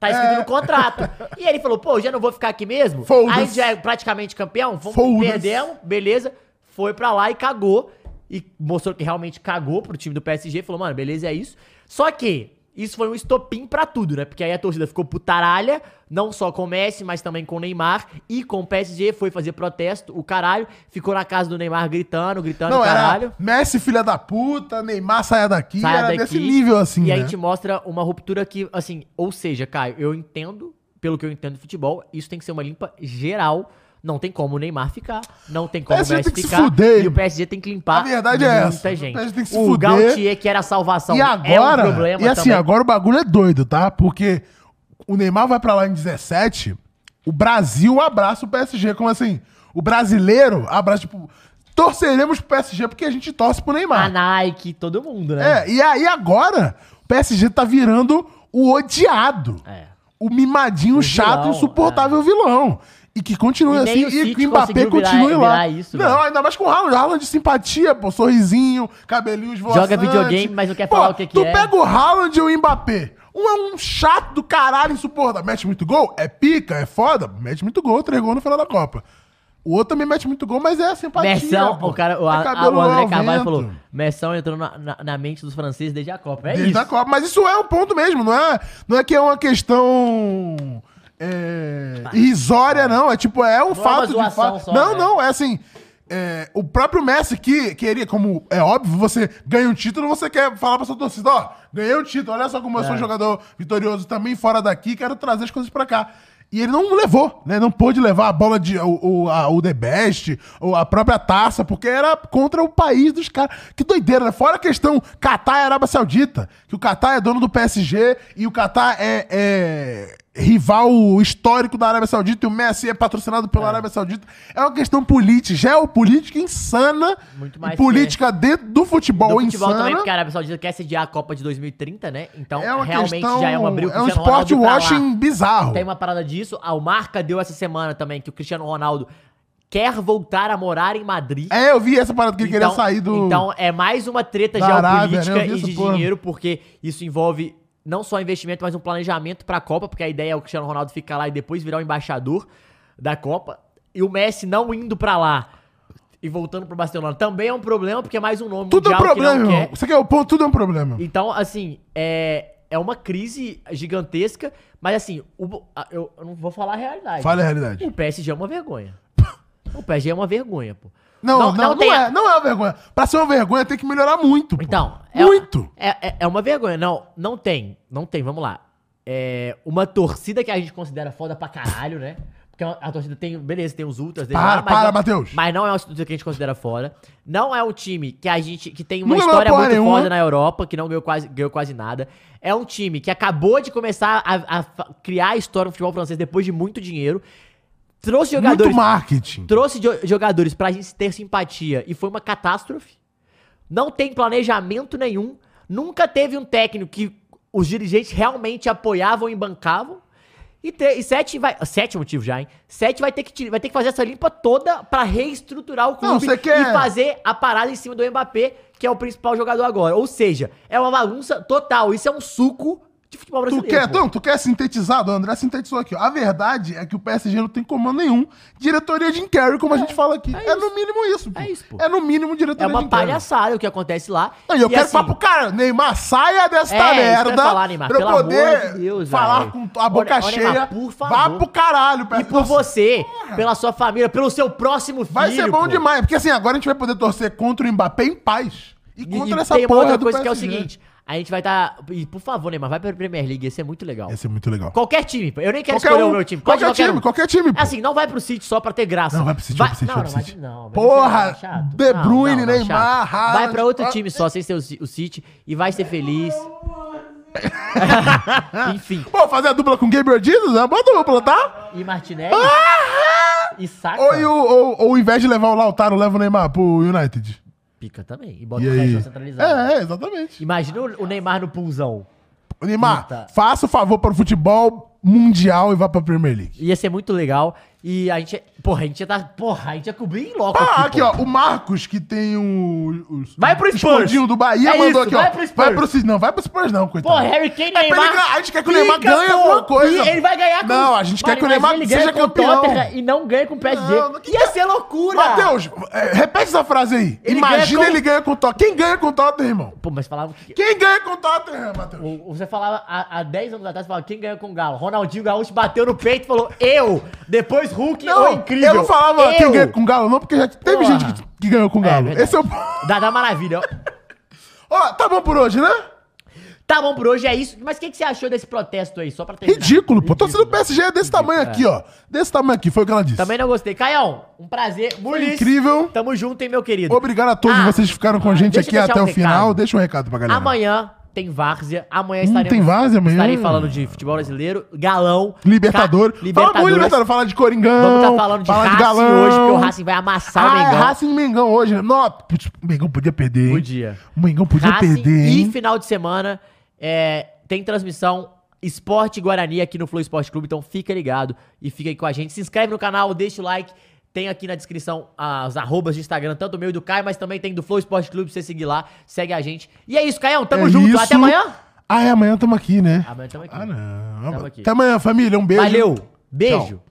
Tá É. escrito no contrato. E ele falou, pô, já não vou ficar aqui mesmo. Foda-se. Aí já é praticamente campeão, vamos Foda-se. perdemos, beleza. Foi pra lá e cagou. E mostrou que realmente cagou pro time do PSG. Falou, mano, beleza, é isso. Só que isso foi um estopim pra tudo, né? Porque aí a torcida ficou putaralha, não só com o Messi, mas também com o Neymar. E com o PSG foi fazer protesto, o caralho. Ficou na casa do Neymar gritando, gritando, Não, caralho. era Messi, filha da puta, Neymar, saia daqui. Saia era daqui. desse é nível, assim, E né? aí tipo, te mostra uma ruptura que, assim, ou seja, Caio, eu entendo, pelo que eu entendo de futebol, isso tem que ser uma limpa geral. Não tem como o Neymar ficar, não tem como o PSG Messi tem que se ficar. fuder. E o PSG tem que limpar A verdade é essa. muita gente. O PSG tem que se o fuder. Gautier, que era a salvação, E agora, é um problema e assim, também. agora o bagulho é doido, tá? Porque o Neymar vai pra lá em 17, O Brasil abraça o PSG, como assim? O brasileiro abraça, tipo, torceremos pro PSG porque a gente torce pro A Neymar. Nike, todo mundo, né? É, e aí agora, o PSG tá virando o odiado. É. O mimadinho chato, vilão, é. insuportável vilão. E que continue E assim, nem o e City que o Mbappé conseguiu virar- continue lá. virar isso, não, velho. ainda mais com o Haaland. Haaland de simpatia, pô, sorrisinho, cabelinho esvoaçante. videogame, mas não quer Pô, falar o que que tu é. pega o Haaland e o Mbappé. Um é um chato do caralho, insuportável. Mete muito gol, é pica, é foda. Mete muito gol, três gols no final da Copa. O outro também mete muito gol, mas é simpatia. Messão, pô. o, cara, o, É a- cabelo o André ao Carvalho vento. falou: Messão entrou na, na- na mente dos franceses desde a Copa. É Desde isso. a Copa. Mas isso é um ponto mesmo, não é, não é que é uma questão é, irrisória, não. É tipo, é um Ah, é uma fato de zoação fato. só, não, né? não, é assim. é, o próprio Messi que queria, como é óbvio, você ganha um título, você quer falar pra sua torcida, ó, ganhei um título, olha só como É. eu sou um jogador vitorioso também fora daqui, quero trazer as coisas pra cá. E ele não levou, né? Não pôde levar a bola de o, o, a- o The Best, ou a própria taça, porque era contra o país dos caras. Que doideira, né? Fora a questão Catar e Arábia Saudita, que o Catar é dono do PSG e o Catar é, é rival histórico da Arábia Saudita e o Messi é patrocinado pela Arábia Saudita. É uma questão política, geopolítica insana. Muito e mais política dentro do futebol, Do futebol insana. também, porque a Arábia Saudita quer sediar a Copa de 2030, né? Então, é uma realmente questão. já é uma briga. é um esporte washing bizarro. Tem uma parada disso. A Marca deu essa semana também que o Cristiano Ronaldo quer voltar a morar em Madrid. É, eu vi essa parada que ele queria sair do. Então, é mais uma treta da Arábia, geopolítica né? Eu vi e essa de porra. dinheiro, porque isso envolve não só investimento, mas um planejamento pra Copa, porque a ideia é o Cristiano Ronaldo ficar lá e depois virar o embaixador da Copa. E o Messi não indo pra lá e voltando pro Barcelona também é um problema, porque é mais um nome tudo é um mundial que não problema, irmão. quer. Isso aqui é o ponto, tudo é um problema. Então, assim, é, é uma crise gigantesca, mas assim, o- a- eu, eu não vou falar a realidade. Fala a realidade. O PSG é [LAUGHS] uma vergonha. O PSG é uma vergonha, pô. Não, não, não, tem a- é, não é uma vergonha. Pra ser uma vergonha, tem que melhorar muito. pô. Então, Muito. É, é, é uma vergonha. Não, não tem. Não tem, vamos lá. É uma torcida que a gente considera foda pra caralho, né? Porque a, a torcida tem. Beleza, tem os ultras dele. Para, lá, para, não- Matheus. Mas não é uma torcida que a gente considera foda. Não é um time que a gente. que tem uma Nunca ganhou história porra muito nenhuma. foda na Europa, que não ganhou quase, ganhou quase nada. É um time que acabou de começar a, a fa- criar a história no futebol francês depois de muito dinheiro. Trouxe Muito jogadores marketing. trouxe jo- jogadores pra gente ter simpatia e foi uma catástrofe. Não tem planejamento nenhum. Nunca teve um técnico que os dirigentes realmente apoiavam e bancavam. E, te- e sete vai. Sete é um motivo já, hein? Sete vai ter que, ti- vai ter que fazer essa limpa toda pra reestruturar o Não, clube você quer- e fazer a parada em cima do Mbappé, que é o principal jogador agora. Ou seja, é uma bagunça total. Isso é um suco de futebol Tu brasileiro. quer, pô. não, tu quer sintetizado? O André sintetizou aqui. ó. A verdade é que o PSG não tem comando nenhum. Diretoria de Carrey, como a gente fala aqui. É, no mínimo isso. É isso, pô. É no mínimo É diretoria uma Jim Carrey. palhaçada o que acontece lá. Não, e eu E quero assim, falar pro cara, Neymar, saia desta É, isso que eu ia merda falar, Neymar, pra eu pelo poder amor de Deus, falar velho. com a boca Ô, Ne- ô, cheia. Neymar, por Vá favor. pro caralho, E por você, pela sua família, pelo seu próximo filho. Vai ser bom pô. demais, porque assim, agora a gente vai poder torcer contra o Mbappé em paz. E E, contra e essa tem uma porra outra do coisa que é o PSG. seguinte: a gente vai estar. Tá, e por favor, Neymar, vai pra Premier League, ia ser muito legal. Ia ser muito é legal. Qualquer time, pô, eu nem quero Qualquer escolher um, o meu time. pode qualquer time, qualquer time, pô. Assim, não vai pro City só pra ter graça. Não, vai pro City, vai pro City, não, vai não, pro vai- City. não, vai- Porra, não, é chato. De Não, Bruyne, não, não, chato. Neymar, Vai Haaland. pra outro Ah. time só, sem ser o Ci- o City, e vai ser [LAUGHS] feliz. Enfim. Pô, fazer a dupla com Gabriel Jesus? né? Bota a dupla, tá? E Martinelli? e Saka? Ou, e o- ou, ou ao invés de levar o Lautaro, leva o Neymar pro United. Pica também. E bota E o resto aí? centralizado. É, é, exatamente. Imagina o o Neymar no pulzão. O Neymar, Puta. faça o favor para o futebol mundial e vá pra Premier League. Ia ser muito legal. E a gente. Porra, a gente ia tá. Porra, a gente ia cobrir em loco. Ah, aqui, pô. ó, o Marcos, que tem o. o Vai pro o escondinho Spurs. do Bahia, É mandou isso, aqui, ó. vai pro Spurs. Vai pro Spurs. Não, vai pro Spurs, não, coitado. Porra, Harry Kane É pra ele Neymar. ganhar- a gente quer que o Neymar ganhe pô. alguma coisa. E ele vai ganhar Não, a gente quer que o imagina Neymar ele ganha seja com o campeão. Tottenham E não ganha com o PSG. Não, não- que é? Ia que- ser loucura. Matheus, é, repete essa frase aí. Ele Imagina ganha com- ele ganha com o Tottenham. Quem ganha com o Tottenham, irmão? Pô, mas falava que. Quem ganha com o Tottenham, Matheus? o- Você falava há, há 10 anos atrás, você falava quem ganhou com o Galo? Ronaldinho Gaúcho bateu no peito e falou eu. Depois Hulk, Não, ô, é incrível. eu não falava quem Eu. ganha com o Galo, não, porque já teve Porra. gente que, que ganhou com o Galo. verdade. Esse é o. Ó, Da, da maravilha. tá bom por hoje, né? Tá bom por hoje, é isso. Mas o que, que você achou desse protesto aí? Só pra terminar. Ridículo, pô. Torcida do né? PSG é desse tamanho aqui, ó. Desse tamanho aqui, foi o que ela disse. Também é não gostei. Caião, um prazer. Mulis. incrível. Tamo junto, hein, meu querido. Obrigado a todos Ah, vocês que ficaram com a gente deixa eu aqui deixar até um o final. recado. Deixa um recado pra galera. Amanhã tem Várzea. Amanhã Hum, estaremos, tem Várzea amanhã? estarei falando de futebol brasileiro, galão. Libertador. Ca- Fala muito de Libertadores. Libertador. Fala de Coringão. Vamos estar falando de fala Racing hoje, porque o Racing vai amassar o ah, é Mengão. Racing e Mengão hoje. né? Não, putz, o Mengão podia perder, hein? Podia. O Mengão podia Racing perder, e hein? final de semana é, tem transmissão Esporte Guarani aqui no Flow Esporte Clube, então fica ligado e fica aí com a gente. Se inscreve no canal, deixa o like. Tem aqui na descrição as arrobas de Instagram, tanto o meu e do Caio, mas também tem do Flow Esporte Clube pra você seguir lá. Segue a gente. E é isso, Caião. Tamo É junto. isso. Até amanhã. Ah, é, amanhã tamo aqui, né? Amanhã tamo aqui. Ah, não. Tamo aqui. Até amanhã, família. Um beijo. Valeu. Beijo. Tchau.